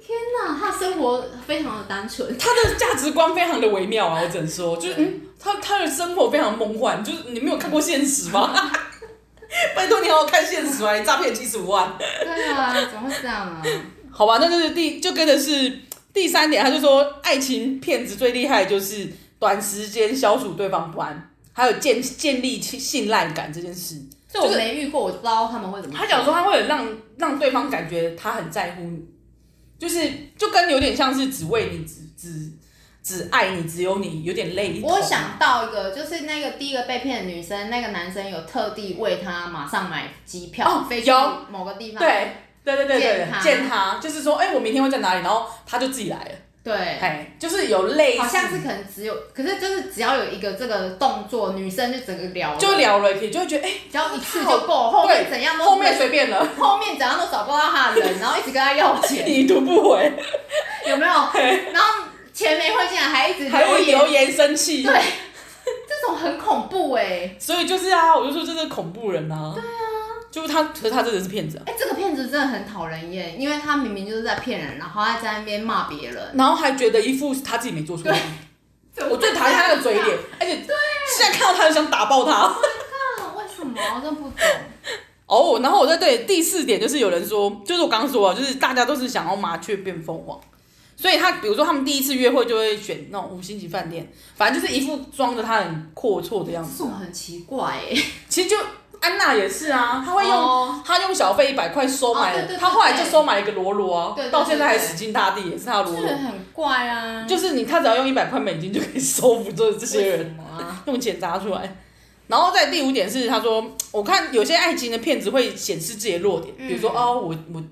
Speaker 2: 天哪，他生活非常的单纯。
Speaker 1: 他的价值观非常的微妙啊，我只能说，就是嗯，他他的生活非常梦幻，就是你没有看过现实吗？ 拜托你好好看现实啊吧，你诈骗七十五万，
Speaker 2: 对啊，怎么会这样啊？
Speaker 1: 好吧，那就是第就跟的是第三点，他就说爱情骗子最厉害的就是短时间消除对方不安，还有建建立信信赖感这件事。
Speaker 2: 这我没遇过，我不知道他们会怎么。
Speaker 1: 他讲说他会很让让对方感觉他很在乎你，就是就跟有点像是只为你只只只爱你只有你，有点累一头。
Speaker 2: 我想到一个，就是那个第一个被骗的女生，那个男生有特地为她马上买机票，
Speaker 1: 哦
Speaker 2: 飞去
Speaker 1: 有
Speaker 2: 某个地方。
Speaker 1: 对对对对
Speaker 2: 见
Speaker 1: 对
Speaker 2: 他，
Speaker 1: 见他就是说，哎、我明天会在哪里，然后他就自己来了，
Speaker 2: 对，
Speaker 1: 哎，就是有类似
Speaker 2: 好像是可能只有，可是就是只要有一个这个动作，女生就整个聊了
Speaker 1: 就聊了，也就会觉得哎、
Speaker 2: 只要一次就够，后面怎样都
Speaker 1: 后面随便了，
Speaker 2: 后面怎样都找不到他的 人，然后一直跟他要钱，
Speaker 1: 已读不回，
Speaker 2: 有没有？然后钱没汇进来，还一直
Speaker 1: 还会
Speaker 2: 留
Speaker 1: 留
Speaker 2: 言，
Speaker 1: 言生气，
Speaker 2: 对，这种很恐怖哎、
Speaker 1: 所以就是啊，我就说这是恐怖人啊，对啊，就是他，可是他真的是骗子啊，
Speaker 2: 哎、这个骗子真的很讨人厌，因为他明明就是在骗人，然后还在那边骂别人。
Speaker 1: 然后还觉得一副他自己没做错，我最讨厌他那个嘴 脸，而且现在看到他就想打爆他。
Speaker 2: 啊，为什么？我真不懂。
Speaker 1: 哦，然后我在对第四点就是有人说，就是我刚刚说啊，就是大家都是想要麻雀变凤凰，所以他比如说他们第一次约会就会选那种五星级饭店，反正就是一副装着他很阔绰的样
Speaker 2: 这
Speaker 1: 子
Speaker 2: 种。很奇怪哎、
Speaker 1: 其实就安娜也是啊，她会用、
Speaker 2: 哦
Speaker 1: 她用小费一百块收买
Speaker 2: 哦对对
Speaker 1: 了，
Speaker 2: 对
Speaker 1: 她后来就收买了一个罗罗啊
Speaker 2: 对对，对
Speaker 1: 到现在还死心塌地，也是她的
Speaker 2: 这
Speaker 1: 罗
Speaker 2: 个
Speaker 1: 罗。
Speaker 2: 人很怪啊。
Speaker 1: 就是你，她只要用一百块美金就可以收服这这些
Speaker 2: 为
Speaker 1: 人
Speaker 2: 什。么啊？
Speaker 1: 用钱砸出来。然后在第五点是，他说，我看有些爱情的骗子会显示自己的弱点，
Speaker 2: 嗯
Speaker 1: 比如说、哦，我我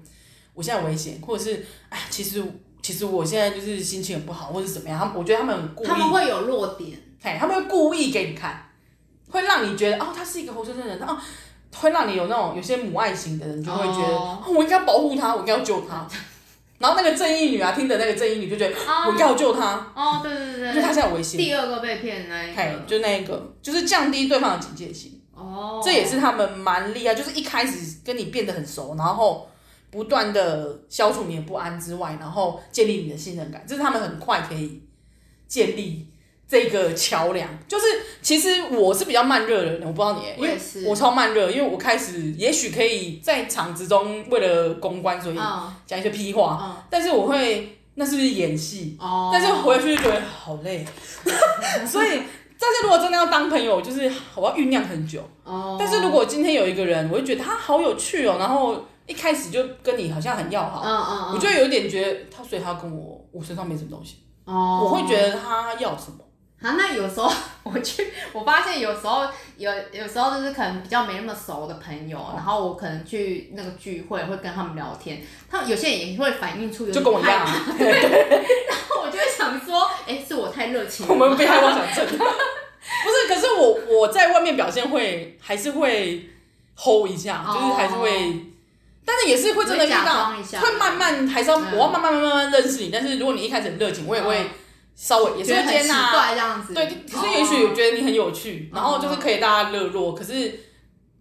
Speaker 1: 我现在危险，或者是哎，其实其实我现在就是心情很不好，或者是怎么样。他们我觉得他们很故意，
Speaker 2: 他们会有弱点。
Speaker 1: 哎，他们会故意给你看，会让你觉得哦，他是一个活生生的人，哦，会让你有那种有些母爱型的人就会觉得、
Speaker 2: 哦
Speaker 1: 哦我应该保护他，我应该要救他。然后那个正义女啊，听的那个正义女就觉得、
Speaker 2: 啊
Speaker 1: 我应该要救他，
Speaker 2: 哦，对对对
Speaker 1: 因
Speaker 2: 对
Speaker 1: 为他现在有危险。
Speaker 2: 第二个被骗的那一
Speaker 1: 哎
Speaker 2: 个，。
Speaker 1: 就那一个，就是降低对方的警戒心，
Speaker 2: 哦，
Speaker 1: 这也是他们蛮厉害，就是一开始跟你变得很熟，然后不不断的消除你的不安之外，然后建立你的信任感，这是他们很快可以建立这个桥梁。就是其实我是比较慢热的人，我不知道你、欸因
Speaker 2: 我也
Speaker 1: 为
Speaker 2: 是
Speaker 1: 我超慢热，因为我开始也许可以在场子中为了公关，所以
Speaker 2: 嗯
Speaker 1: 讲一些屁话，
Speaker 2: 嗯
Speaker 1: 但是我会那是不是演戏？
Speaker 2: 哦，
Speaker 1: 但是回去就觉得好累， 所以。但是如果真的要当朋友，就是我要酝酿很久。
Speaker 2: 哦，
Speaker 1: 但是如果今天有一个人，我就觉得他好有趣哦，然后一开始就跟你好像很要
Speaker 2: 嗯
Speaker 1: 好，
Speaker 2: 嗯嗯，
Speaker 1: 我就有点觉得他，所以他跟我我身上没什么东西，
Speaker 2: 哦，
Speaker 1: 我会觉得他要什么。
Speaker 2: 啊，那有时候我去，我发现有时候有有时候就是可能比较没那么熟的朋友，然后我可能去那个聚会会跟他们聊天，他们有些人也会反映出有
Speaker 1: 就跟我
Speaker 2: 点
Speaker 1: 一
Speaker 2: 害
Speaker 1: 样
Speaker 2: 怕，
Speaker 1: 啊，
Speaker 2: 然后 我就会想说，哎、是我太热情了
Speaker 1: 我
Speaker 2: 吗，
Speaker 1: 们被害妄想症。 不是，可是我我在外面表现会还是会 hold 一下，就是还是会，但是也是会真的遇
Speaker 2: 哦你会假
Speaker 1: 到，
Speaker 2: 装一下
Speaker 1: 会慢慢还是要
Speaker 2: 嗯
Speaker 1: 我要慢慢慢慢慢慢认识你。但是如果你一开始很热情，我也会
Speaker 2: 嗯
Speaker 1: 稍微也是
Speaker 2: 觉得
Speaker 1: 会
Speaker 2: 很
Speaker 1: 接
Speaker 2: 奇
Speaker 1: 纳，啊
Speaker 2: 怪这样子，
Speaker 1: 对，可是也许我觉得你很有
Speaker 2: 哦
Speaker 1: 趣，然后就是可以大家热络。可是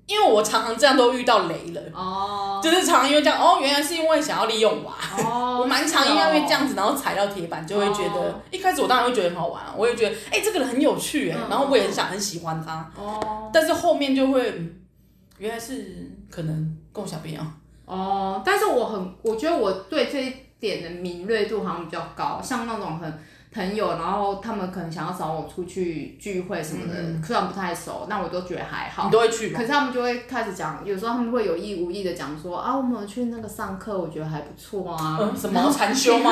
Speaker 1: 因为我常常这样都遇到雷了，
Speaker 2: 哦，
Speaker 1: 就是常常因为这样，哦，原来是因为想要利用我啊。
Speaker 2: 哦，
Speaker 1: 我蛮常因为这样子，然后踩到铁板，就会觉得、
Speaker 2: 哦
Speaker 1: 一开始我当然会觉得很好玩啊，我也觉得哎、这个人很有趣哎、
Speaker 2: 嗯
Speaker 1: 然后我也很想很喜欢他，
Speaker 2: 哦
Speaker 1: 但是后面就会、嗯原来是可能跟我想不一样，
Speaker 2: 哦，但是我很，我觉得我对这一点的敏锐度好像比较高，像那种很朋友，然后他们可能想要找我出去聚会什么的，
Speaker 1: 嗯
Speaker 2: 虽然不太熟，但我都觉得还好
Speaker 1: 你。都会去吗
Speaker 2: 可？是他们就会开始讲，有时候他们会有意无意的讲说啊，我们有去那个上课，我觉得还不错啊。
Speaker 1: 嗯，什么禅修 吗？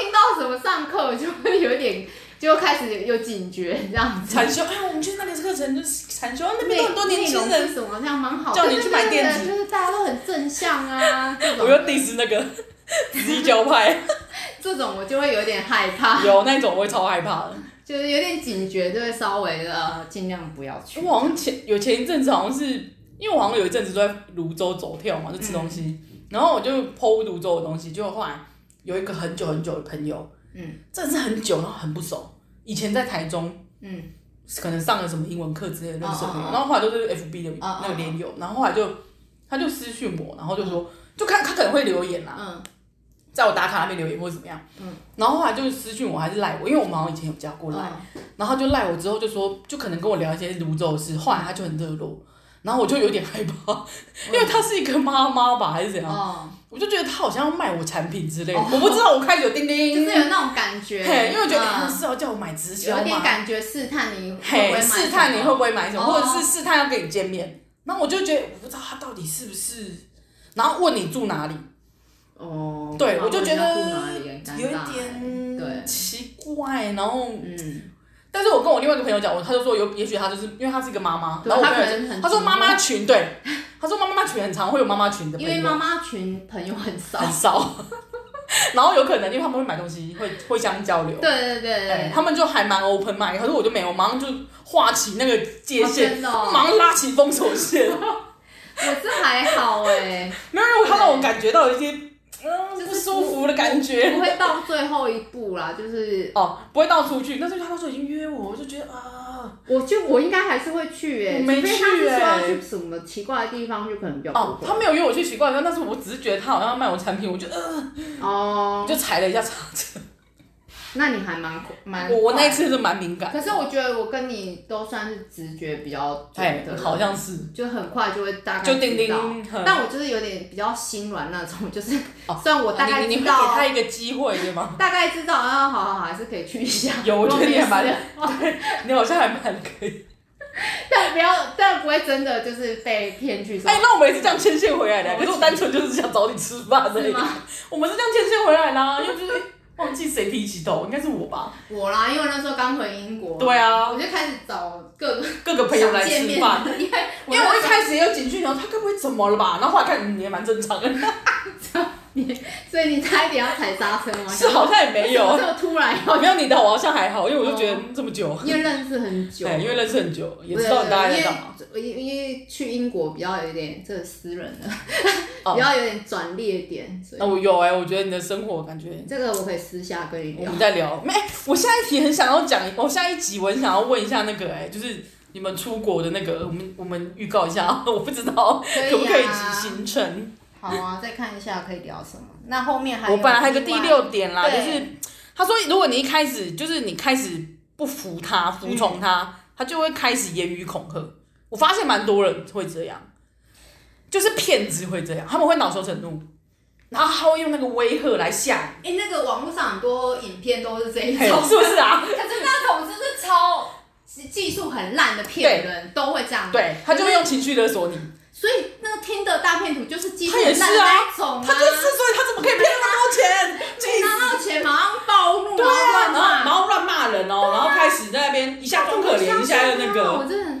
Speaker 2: 听到什么上课，我就会有点就开始有警觉这样子。
Speaker 1: 禅修，哎，我们去那个课程就是禅修，那边
Speaker 2: 内
Speaker 1: 都很多年轻
Speaker 2: 内容
Speaker 1: 人
Speaker 2: 是，什么这样蛮好的，
Speaker 1: 叫你去买
Speaker 2: 对对对
Speaker 1: 电子
Speaker 2: 对就是大家都很正向啊。这 种
Speaker 1: 我又 diss 那个十一教派。
Speaker 2: 这种我就会有点害怕，
Speaker 1: 有那种我会超害怕 的。
Speaker 2: 就是有点警觉，就会稍微的呃尽量不要去。
Speaker 1: 我好像前有前一阵子好像是，因为我好像有一阵子都在泸州走跳嘛，就吃东西，
Speaker 2: 嗯
Speaker 1: 然后我就剖泸州的东西，就后来有一个很久很久的朋友，
Speaker 2: 嗯，
Speaker 1: 真的是很久，然后很不熟，以前在台中。
Speaker 2: 嗯，
Speaker 1: 可能上了什么英文课之类的认识的朋友
Speaker 2: 哦哦哦
Speaker 1: 然后后来就是 FB 的
Speaker 2: 哦哦
Speaker 1: 那个连友然后后来就他就私讯我，然后就说，就看他可能会留言啦，
Speaker 2: 嗯
Speaker 1: 在我打卡那边留言或者怎么样，
Speaker 2: 嗯，
Speaker 1: 然后后来就私讯我还是赖我，因为我们好像以前有加过赖，
Speaker 2: 嗯，
Speaker 1: 然后他就赖我之后就说，就可能跟我聊一些泸州的事，后来他就很热络，然后我就有点害怕， 因为他是一个妈妈吧还是怎样，
Speaker 2: 哦，
Speaker 1: 我就觉得他好像要卖我产品之类的，
Speaker 2: 哦
Speaker 1: 我不知道，我开始有钉
Speaker 2: 就
Speaker 1: 钉，
Speaker 2: 是有那种感觉，
Speaker 1: 嘿，因为我觉得、哎他
Speaker 2: 嗯
Speaker 1: 是要叫我买直销
Speaker 2: 有一点
Speaker 1: 嘛，
Speaker 2: 感觉试探你会不
Speaker 1: 嘿，
Speaker 2: 会买
Speaker 1: 试探你会不会买什么，或
Speaker 2: 哦
Speaker 1: 者是试探要跟你见面，然后我就觉得我不知道他到底是不是，然后问你住哪里，
Speaker 2: 哦，
Speaker 1: 对
Speaker 2: 然后
Speaker 1: 我就觉得
Speaker 2: 要住哪里很尴尬
Speaker 1: 有一点
Speaker 2: 对，
Speaker 1: 奇怪，然后。
Speaker 2: 嗯，
Speaker 1: 但是我跟我另外一个朋友讲，我他就说有，也许他就是因为他是一个妈妈，
Speaker 2: 对
Speaker 1: 然后我
Speaker 2: 他
Speaker 1: 朋友
Speaker 2: 可能很
Speaker 1: 他说
Speaker 2: 寂寞
Speaker 1: 妈妈群对，他说妈妈群很常会有妈妈群的朋
Speaker 2: 因
Speaker 1: 友，
Speaker 2: 为妈妈群朋友很 少，
Speaker 1: 很少，然后有可能因为他们会买东西，会会相交流
Speaker 2: 对，对对对
Speaker 1: 哎
Speaker 2: 对，
Speaker 1: 他们就还蛮 open mind，可是我就没有，马上就划起那个界
Speaker 2: 哦
Speaker 1: 限，
Speaker 2: 真的哦
Speaker 1: 马上拉起封锁线，
Speaker 2: 我是还好哎，
Speaker 1: 没有，因为他让我感觉到有一些嗯
Speaker 2: 就是
Speaker 1: 不舒服的感觉。
Speaker 2: 不会到最后一步啦，就是
Speaker 1: 哦，不会到出去，但是他那时候已经约我，我就觉得啊，
Speaker 2: 我就我应该还是会去哎，
Speaker 1: 我没
Speaker 2: 除非他是
Speaker 1: 去
Speaker 2: 说
Speaker 1: 欸
Speaker 2: 要去什么奇怪的地方，就可能比较
Speaker 1: 哦
Speaker 2: 不，会
Speaker 1: 他没有约我去习惯，但是我只是觉得他好像要卖我产品，我就呃，
Speaker 2: 哦
Speaker 1: 我，就踩了一下刹车。
Speaker 2: 那你还蛮蛮
Speaker 1: 我我那一
Speaker 2: 快
Speaker 1: 次是蛮敏感，
Speaker 2: 可是我觉得我跟你都算是直觉比较
Speaker 1: 哎
Speaker 2: 准的，人，
Speaker 1: 好像是
Speaker 2: 就很快就会大概
Speaker 1: 就叮
Speaker 2: 知
Speaker 1: 叮
Speaker 2: 道。
Speaker 1: 嗯
Speaker 2: 但我就是有点比较心软那种，就是、
Speaker 1: 哦
Speaker 2: 虽然我大概
Speaker 1: 你你你
Speaker 2: 知
Speaker 1: 会给
Speaker 2: 道，
Speaker 1: 他一个机会对吗？
Speaker 2: 大概知道啊，好好好，还是可以去一下。
Speaker 1: 有我觉得你还蛮
Speaker 2: 不用面试
Speaker 1: 你好像还蛮可以。
Speaker 2: 但不要，但不会真的就是被骗去说。
Speaker 1: 哎、那我们也是这样牵线回来的，
Speaker 2: 我
Speaker 1: 可是我单纯就是想找你吃饭而
Speaker 2: 是
Speaker 1: 已
Speaker 2: 吗。
Speaker 1: 我们是这样牵线回来 啦，又不是哎忘记谁提起头，应该是我吧？
Speaker 2: 我啦，因为我那时候刚回英国，
Speaker 1: 对啊
Speaker 2: 我就开始找各个
Speaker 1: 各个朋友来
Speaker 2: 想见
Speaker 1: 吃
Speaker 2: 面
Speaker 1: 饭。
Speaker 2: 的，因为
Speaker 1: 因为我一
Speaker 2: 那时候
Speaker 1: 开始也有警讯，然后他该不会怎么了吧？然后后来看嗯你也蛮正常的，
Speaker 2: 所以你差一点要踩刹车吗？
Speaker 1: 是好像也没有，
Speaker 2: 就突然要，
Speaker 1: 没有你的我好像还好，因为我就觉得
Speaker 2: 哦
Speaker 1: 嗯这么久，
Speaker 2: 因为认识很久，
Speaker 1: 哎，因为认识很久，也
Speaker 2: 不
Speaker 1: 知
Speaker 2: 是
Speaker 1: 道你大概在干嘛。
Speaker 2: 因为因因为去英国比较有点这个私人的，
Speaker 1: 哦
Speaker 2: 比较有点转捩点，所
Speaker 1: 那
Speaker 2: 以
Speaker 1: 我有哎、我觉得你的生活感觉
Speaker 2: 这个我可以私下跟你
Speaker 1: 我
Speaker 2: 聊
Speaker 1: 们。再聊。没、哎我下一题很想要讲，我下一集我很想要问一下那个、哎，就是你 们出国的那个，我们我们预告一下，我不知道
Speaker 2: 可以啊
Speaker 1: 可不可以行程。
Speaker 2: 好啊，再看一下可以聊什么。那后面还有
Speaker 1: 我本来还有个
Speaker 2: 另
Speaker 1: 第
Speaker 2: 外
Speaker 1: 六点啦，就
Speaker 2: 对
Speaker 1: 是他说，如果你一开始就是你开始不服他、服从他，
Speaker 2: 嗯
Speaker 1: 他就会开始言语恐吓。我发现蛮多人会这样，就是骗子会这样，他们会恼羞成怒，然后他会用那个威吓来吓你，
Speaker 2: 哎、那个网络上很多影片都是这一
Speaker 1: 是
Speaker 2: 种，
Speaker 1: 不是啊？
Speaker 2: 可是那种真是超技术很烂的骗人，都会这样。，
Speaker 1: 对，他就会用情绪勒索你，
Speaker 2: 所以那个听的大骗图就是技术
Speaker 1: 他也
Speaker 2: 很
Speaker 1: 是
Speaker 2: 烂的
Speaker 1: 啊
Speaker 2: 那一种啊。
Speaker 1: 他就是，所以他怎么可以骗那么多钱？气死！
Speaker 2: 拿到钱马上暴怒，
Speaker 1: 对啊，然
Speaker 2: 然
Speaker 1: 后
Speaker 2: 后乱
Speaker 1: 然
Speaker 2: 骂
Speaker 1: 后乱骂人哦，然后开始在那边一下装可怜，一下又那
Speaker 2: 我
Speaker 1: 个，
Speaker 2: 真的。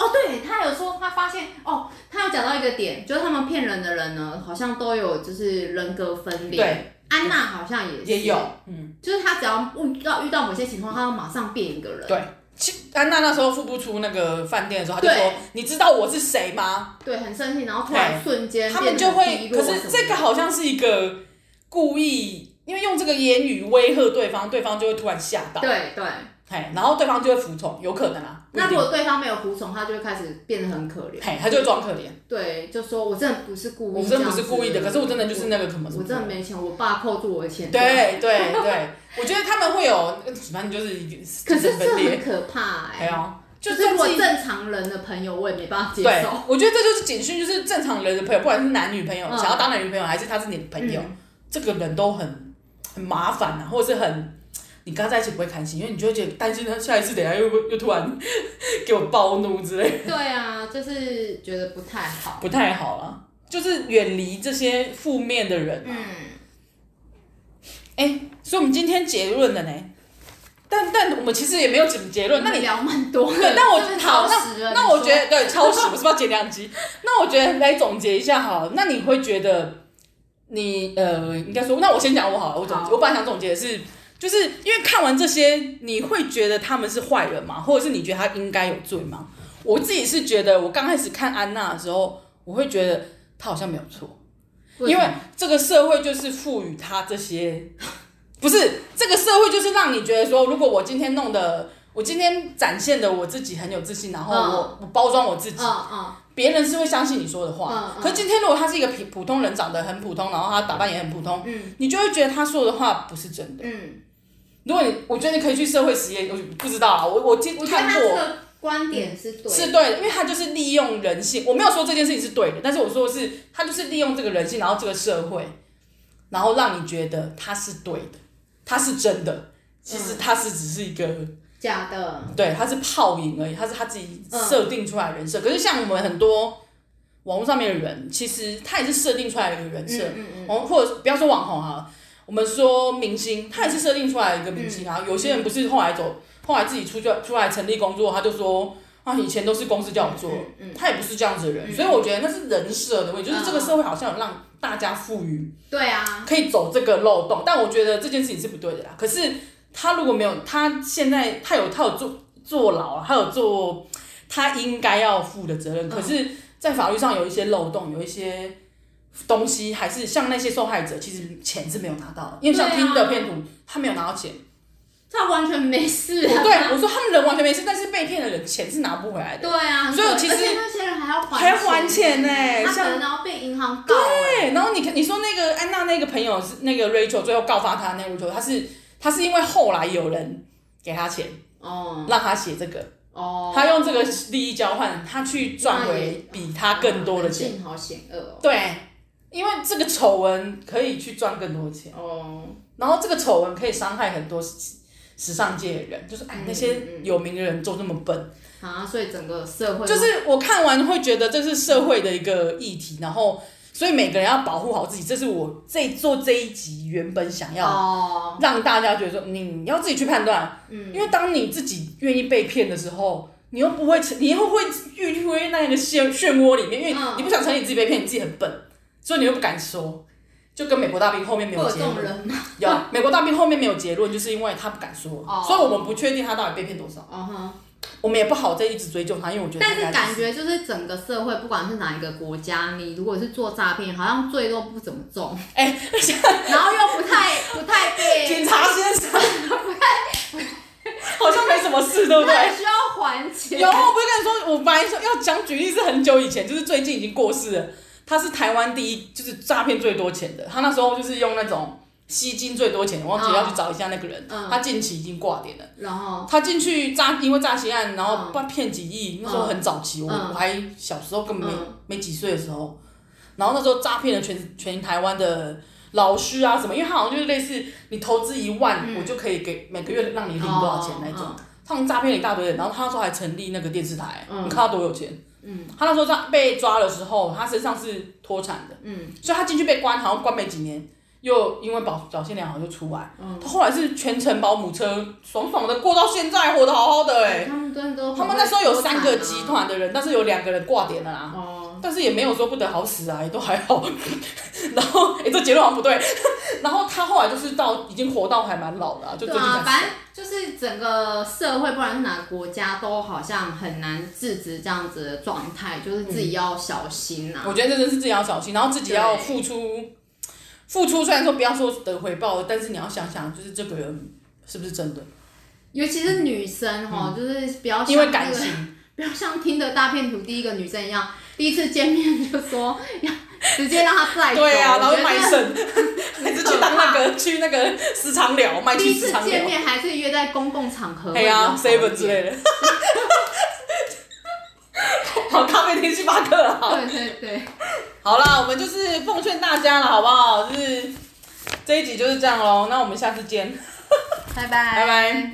Speaker 2: 哦，对他有说，他发现哦，他有讲到一个点，就是他们骗人的人呢，好像都有就是人格分裂。，
Speaker 1: 对，
Speaker 2: 安娜好像也是
Speaker 1: 也有，嗯。
Speaker 2: 就是他只要遇到遇到某些情况，他要马上变一个人。
Speaker 1: 对其安娜那时候付不出那个饭店的时候，她就
Speaker 2: 对
Speaker 1: 说：“你知道我是谁吗
Speaker 2: 对，很生气，然后突然瞬？”间
Speaker 1: 他
Speaker 2: 变
Speaker 1: 们
Speaker 2: 得
Speaker 1: 就
Speaker 2: 很
Speaker 1: 会，
Speaker 2: 低落
Speaker 1: 可是
Speaker 2: 什么
Speaker 1: 这个
Speaker 2: 的
Speaker 1: 好像是一个故意，因为用这个言语威吓对方，对方就会突然吓到，
Speaker 2: 对对。
Speaker 1: 嘿，然后对方就会服从，有可能啊，不一
Speaker 2: 那如
Speaker 1: 定，
Speaker 2: 果对方没有服从，他就会开始变得很可怜。
Speaker 1: 嘿，他就会装可怜，
Speaker 2: 对，就说我真的不是故意，
Speaker 1: 我真的不是故意的，可是我真的就是那个什么
Speaker 2: 我
Speaker 1: 什
Speaker 2: 我
Speaker 1: 么，
Speaker 2: 真的没钱，我爸扣住我的钱。
Speaker 1: 对对对，我觉得他们会有，嗯反正就是一个
Speaker 2: 可是
Speaker 1: 分
Speaker 2: 这
Speaker 1: 裂
Speaker 2: 很，可怕
Speaker 1: 还
Speaker 2: 哎、
Speaker 1: 有就
Speaker 2: 就是我
Speaker 1: 自己
Speaker 2: 正常人的朋友，我也没办法接
Speaker 1: 对
Speaker 2: 受。，
Speaker 1: 我觉得这就是警讯，就是正常人的朋友，不管是男女朋友，
Speaker 2: 嗯
Speaker 1: 想要当男女朋友，还是他是你的朋友，这个人都很很麻烦啊，或者是很你跟他在一起不会开心，因为你就会觉得担心他下一次等下又又突然 给我暴怒之类的，
Speaker 2: 对啊，就是觉得不太好。
Speaker 1: 不太好了。就是远离这些负面的人，
Speaker 2: 嗯，
Speaker 1: 哎、所以我们今天结论了呢，但但我们其实也没有什么结论。那你
Speaker 2: 嗯聊蛮多的
Speaker 1: 对，，那我
Speaker 2: 是不是
Speaker 1: 好，
Speaker 2: 超时
Speaker 1: 那
Speaker 2: 了
Speaker 1: 那
Speaker 2: 你
Speaker 1: 我
Speaker 2: 说
Speaker 1: 觉得对超时，我是不是要剪两集？那我觉得来总结一下好了，那你会觉得你呃，应该说，那我先讲我好了，我总
Speaker 2: 好
Speaker 1: 我本来想总结的是，就是因为看完这些，你会觉得他们是坏人吗？或者是你觉得他应该有罪吗？我自己是觉得，我刚开始看安娜的时候，我会觉得她好像没有错，因为这个社会就是赋予他这些， 不是这个社会就是让你觉得说，如果我今天弄的，我今天展现的我自己很有自信，然后我、我包装我自己，
Speaker 2: 嗯嗯，
Speaker 1: 别人是会相信你说的话。
Speaker 2: 嗯嗯
Speaker 1: 可是今天如果他是一个普普通人，长得很普通，然后他打扮也很普通，
Speaker 2: 嗯
Speaker 1: 你就会觉得他说的话不是真的。
Speaker 2: 嗯，
Speaker 1: 如果你，我觉得你可以去社会实验，我不知道啊，我我今
Speaker 2: 我觉得
Speaker 1: 看
Speaker 2: 他
Speaker 1: 过，
Speaker 2: 这个观点是对的，
Speaker 1: 是对的，因为他就是利用人性。我没有说这件事情是对的，但是我说的是他就是利用这个人性，然后这个社会，然后让你觉得他是对的，他是真的。其
Speaker 2: 嗯
Speaker 1: 实他是只是一个，
Speaker 2: 假的。
Speaker 1: 对，他是泡影而已，他是他自己
Speaker 2: 嗯
Speaker 1: 设定出来的人设。可是像我们很多网络上面的人，其实他也是设定出来的一个人设，
Speaker 2: 嗯嗯
Speaker 1: 网或者不要说网红好了，我们说明星，他也是设定出来一个明星啊。有些人不是后来走，后来自己出去出来成立工作，他就说啊，以前都是公司叫我做，
Speaker 2: 嗯
Speaker 1: 他也不是这样子的人。
Speaker 2: 嗯
Speaker 1: 所以我觉得那是人设的问题，就是这个社会好像有让大家赋予
Speaker 2: 嗯，对啊，
Speaker 1: 可以走这个漏洞，但我觉得这件事情是不对的啦。可是他如果没有，他现在他有他有坐坐牢啊，他有做他应该要负的责任，
Speaker 2: 嗯
Speaker 1: 可是，在法律上有一些漏洞，有一些东西还是像那些受害者，其实钱是没有拿到的，因为像
Speaker 2: 对啊
Speaker 1: 听的骗图，他没有拿到钱。
Speaker 2: 他完全没事
Speaker 1: 我
Speaker 2: 啊。
Speaker 1: 对我说他们人完全没事，但是被骗的人钱是拿不回来的。
Speaker 2: 对啊，
Speaker 1: 所以
Speaker 2: 很
Speaker 1: 其
Speaker 2: 可
Speaker 1: 实
Speaker 2: 而且那些人还要还
Speaker 1: 还要还钱呢
Speaker 2: 他
Speaker 1: 像
Speaker 2: 可能要被银行告欸。
Speaker 1: 对，然后你看，你说那个安娜那个朋友是那个 Rachel 最后告发他那个 Rachel，他是他是因为后来有人给他钱，
Speaker 2: 哦
Speaker 1: 让他写这个，
Speaker 2: 哦，
Speaker 1: 他用这个利益交换，他去赚回比他更多的钱。
Speaker 2: 人性好险恶哦。
Speaker 1: 对，因为这个丑闻可以去赚更多钱，
Speaker 2: 哦，
Speaker 1: 然后这个丑闻可以伤害很多时时尚界的人，就是哎
Speaker 2: 嗯
Speaker 1: 那些有名的人都这么笨，
Speaker 2: 啊，所以整个社会
Speaker 1: 就是我看完会觉得这是社会的一个议题，然后所以每个人要保护好自己，这是我这做这一集原本想要
Speaker 2: 哦，
Speaker 1: 让大家觉得说你要自己去判断，
Speaker 2: 嗯，
Speaker 1: 因为当你自己愿意被骗的时候，你又不会成，你又会欲归那个漩漩涡里面，因为
Speaker 2: 嗯
Speaker 1: 你不想承认你自己被骗，你自己很笨，所以你又不敢说。就跟美国大兵后面没
Speaker 2: 会有
Speaker 1: 有
Speaker 2: 这
Speaker 1: 结
Speaker 2: 种
Speaker 1: 论，
Speaker 2: 人吗？
Speaker 1: 有美国大兵后面没有结论，就是因为他不敢说，
Speaker 2: 哦
Speaker 1: 所以我们不确定他到底被骗多少，
Speaker 2: 哦哼，
Speaker 1: 我们也不好再一直追究他，因为我觉得他
Speaker 2: 但是
Speaker 1: 应该
Speaker 2: 感觉就是整个社会，不管是哪一个国家，你如果是做诈骗，好像罪都不怎么重，
Speaker 1: 哎，
Speaker 2: 然后又不太不太被，
Speaker 1: 警察先 生，好像没什么事，对不
Speaker 2: 不
Speaker 1: 对？
Speaker 2: 太需要还钱
Speaker 1: 有，。我不是跟你说，我本来说要讲举例是很久以前，就是最近已经过世了。他是台湾第一，就是诈骗最多钱的。他那时候就是用那种吸金最多钱，我忘记
Speaker 2: 嗯
Speaker 1: 要去找一下那个人。
Speaker 2: 嗯
Speaker 1: 他近期已经挂点了。
Speaker 2: 然后
Speaker 1: 他进去诈，因为诈欺案，然后
Speaker 2: 哦嗯
Speaker 1: 被骗几亿。那时候很早期，我
Speaker 2: 嗯
Speaker 1: 我还小时候根本没
Speaker 2: 嗯
Speaker 1: 没几岁的时候，然后那时候诈骗了全全台湾的老师啊什么，因为他好像就是类似你投资一万，我就可以给每个月让你领多少钱那种。
Speaker 2: 嗯哦
Speaker 1: 他们诈骗了一大堆人，然后他那时候还成立那个电视台，
Speaker 2: 嗯
Speaker 1: 你看他多有钱。嗯，他那时候在被抓的时候，他身上是脱产的，
Speaker 2: 嗯，
Speaker 1: 所以他进去被关，好像关没几年，又因为保表现良好就出来。嗯，他后来是全程保姆车，爽爽的过到现在，活得好好的哎、
Speaker 2: 嗯他们真的都
Speaker 1: 他们那时候有三个集团啊的人，但是有两个人挂点了啦。
Speaker 2: 啊哦，
Speaker 1: 但是也没有说不得好死啊，也都还好。 然后，哎、这结论好像不对。 然后他后来就是到已经活到还蛮老的、啊，就
Speaker 2: 对
Speaker 1: 最近才
Speaker 2: 啊，反正就是整个社会，不管是哪个国家，都好像很难制止这样子的状态，就是自
Speaker 1: 嗯
Speaker 2: 己要小心啊。
Speaker 1: 我觉得这真是自己要小心，然后自己要付出，付出虽然说不要说得回报，但是你要想想，就是这个人是不是真的，
Speaker 2: 尤其是女生哈，就是不要像
Speaker 1: 嗯因为感
Speaker 2: 那个
Speaker 1: 情，
Speaker 2: 不要像听的大片图第一个女生一样，第一次见面就说要直接让她带走。
Speaker 1: 对啊，
Speaker 2: 哎我
Speaker 1: 然后
Speaker 2: 觉得
Speaker 1: 卖身，还是去当那个去那个私藏寮卖
Speaker 2: 第
Speaker 1: 去
Speaker 2: 一
Speaker 1: 私
Speaker 2: 次
Speaker 1: 藏
Speaker 2: 见
Speaker 1: 寮，
Speaker 2: 面还是约在公共场合，
Speaker 1: 哎呀，seven 之类
Speaker 2: 的。
Speaker 1: 的，好咖啡厅星巴克啊。
Speaker 2: 对对对，
Speaker 1: 好啦，我们就是奉劝大家了，好不好？就是这一集就是这样喽，那我们下次见，
Speaker 2: 拜拜
Speaker 1: 拜拜。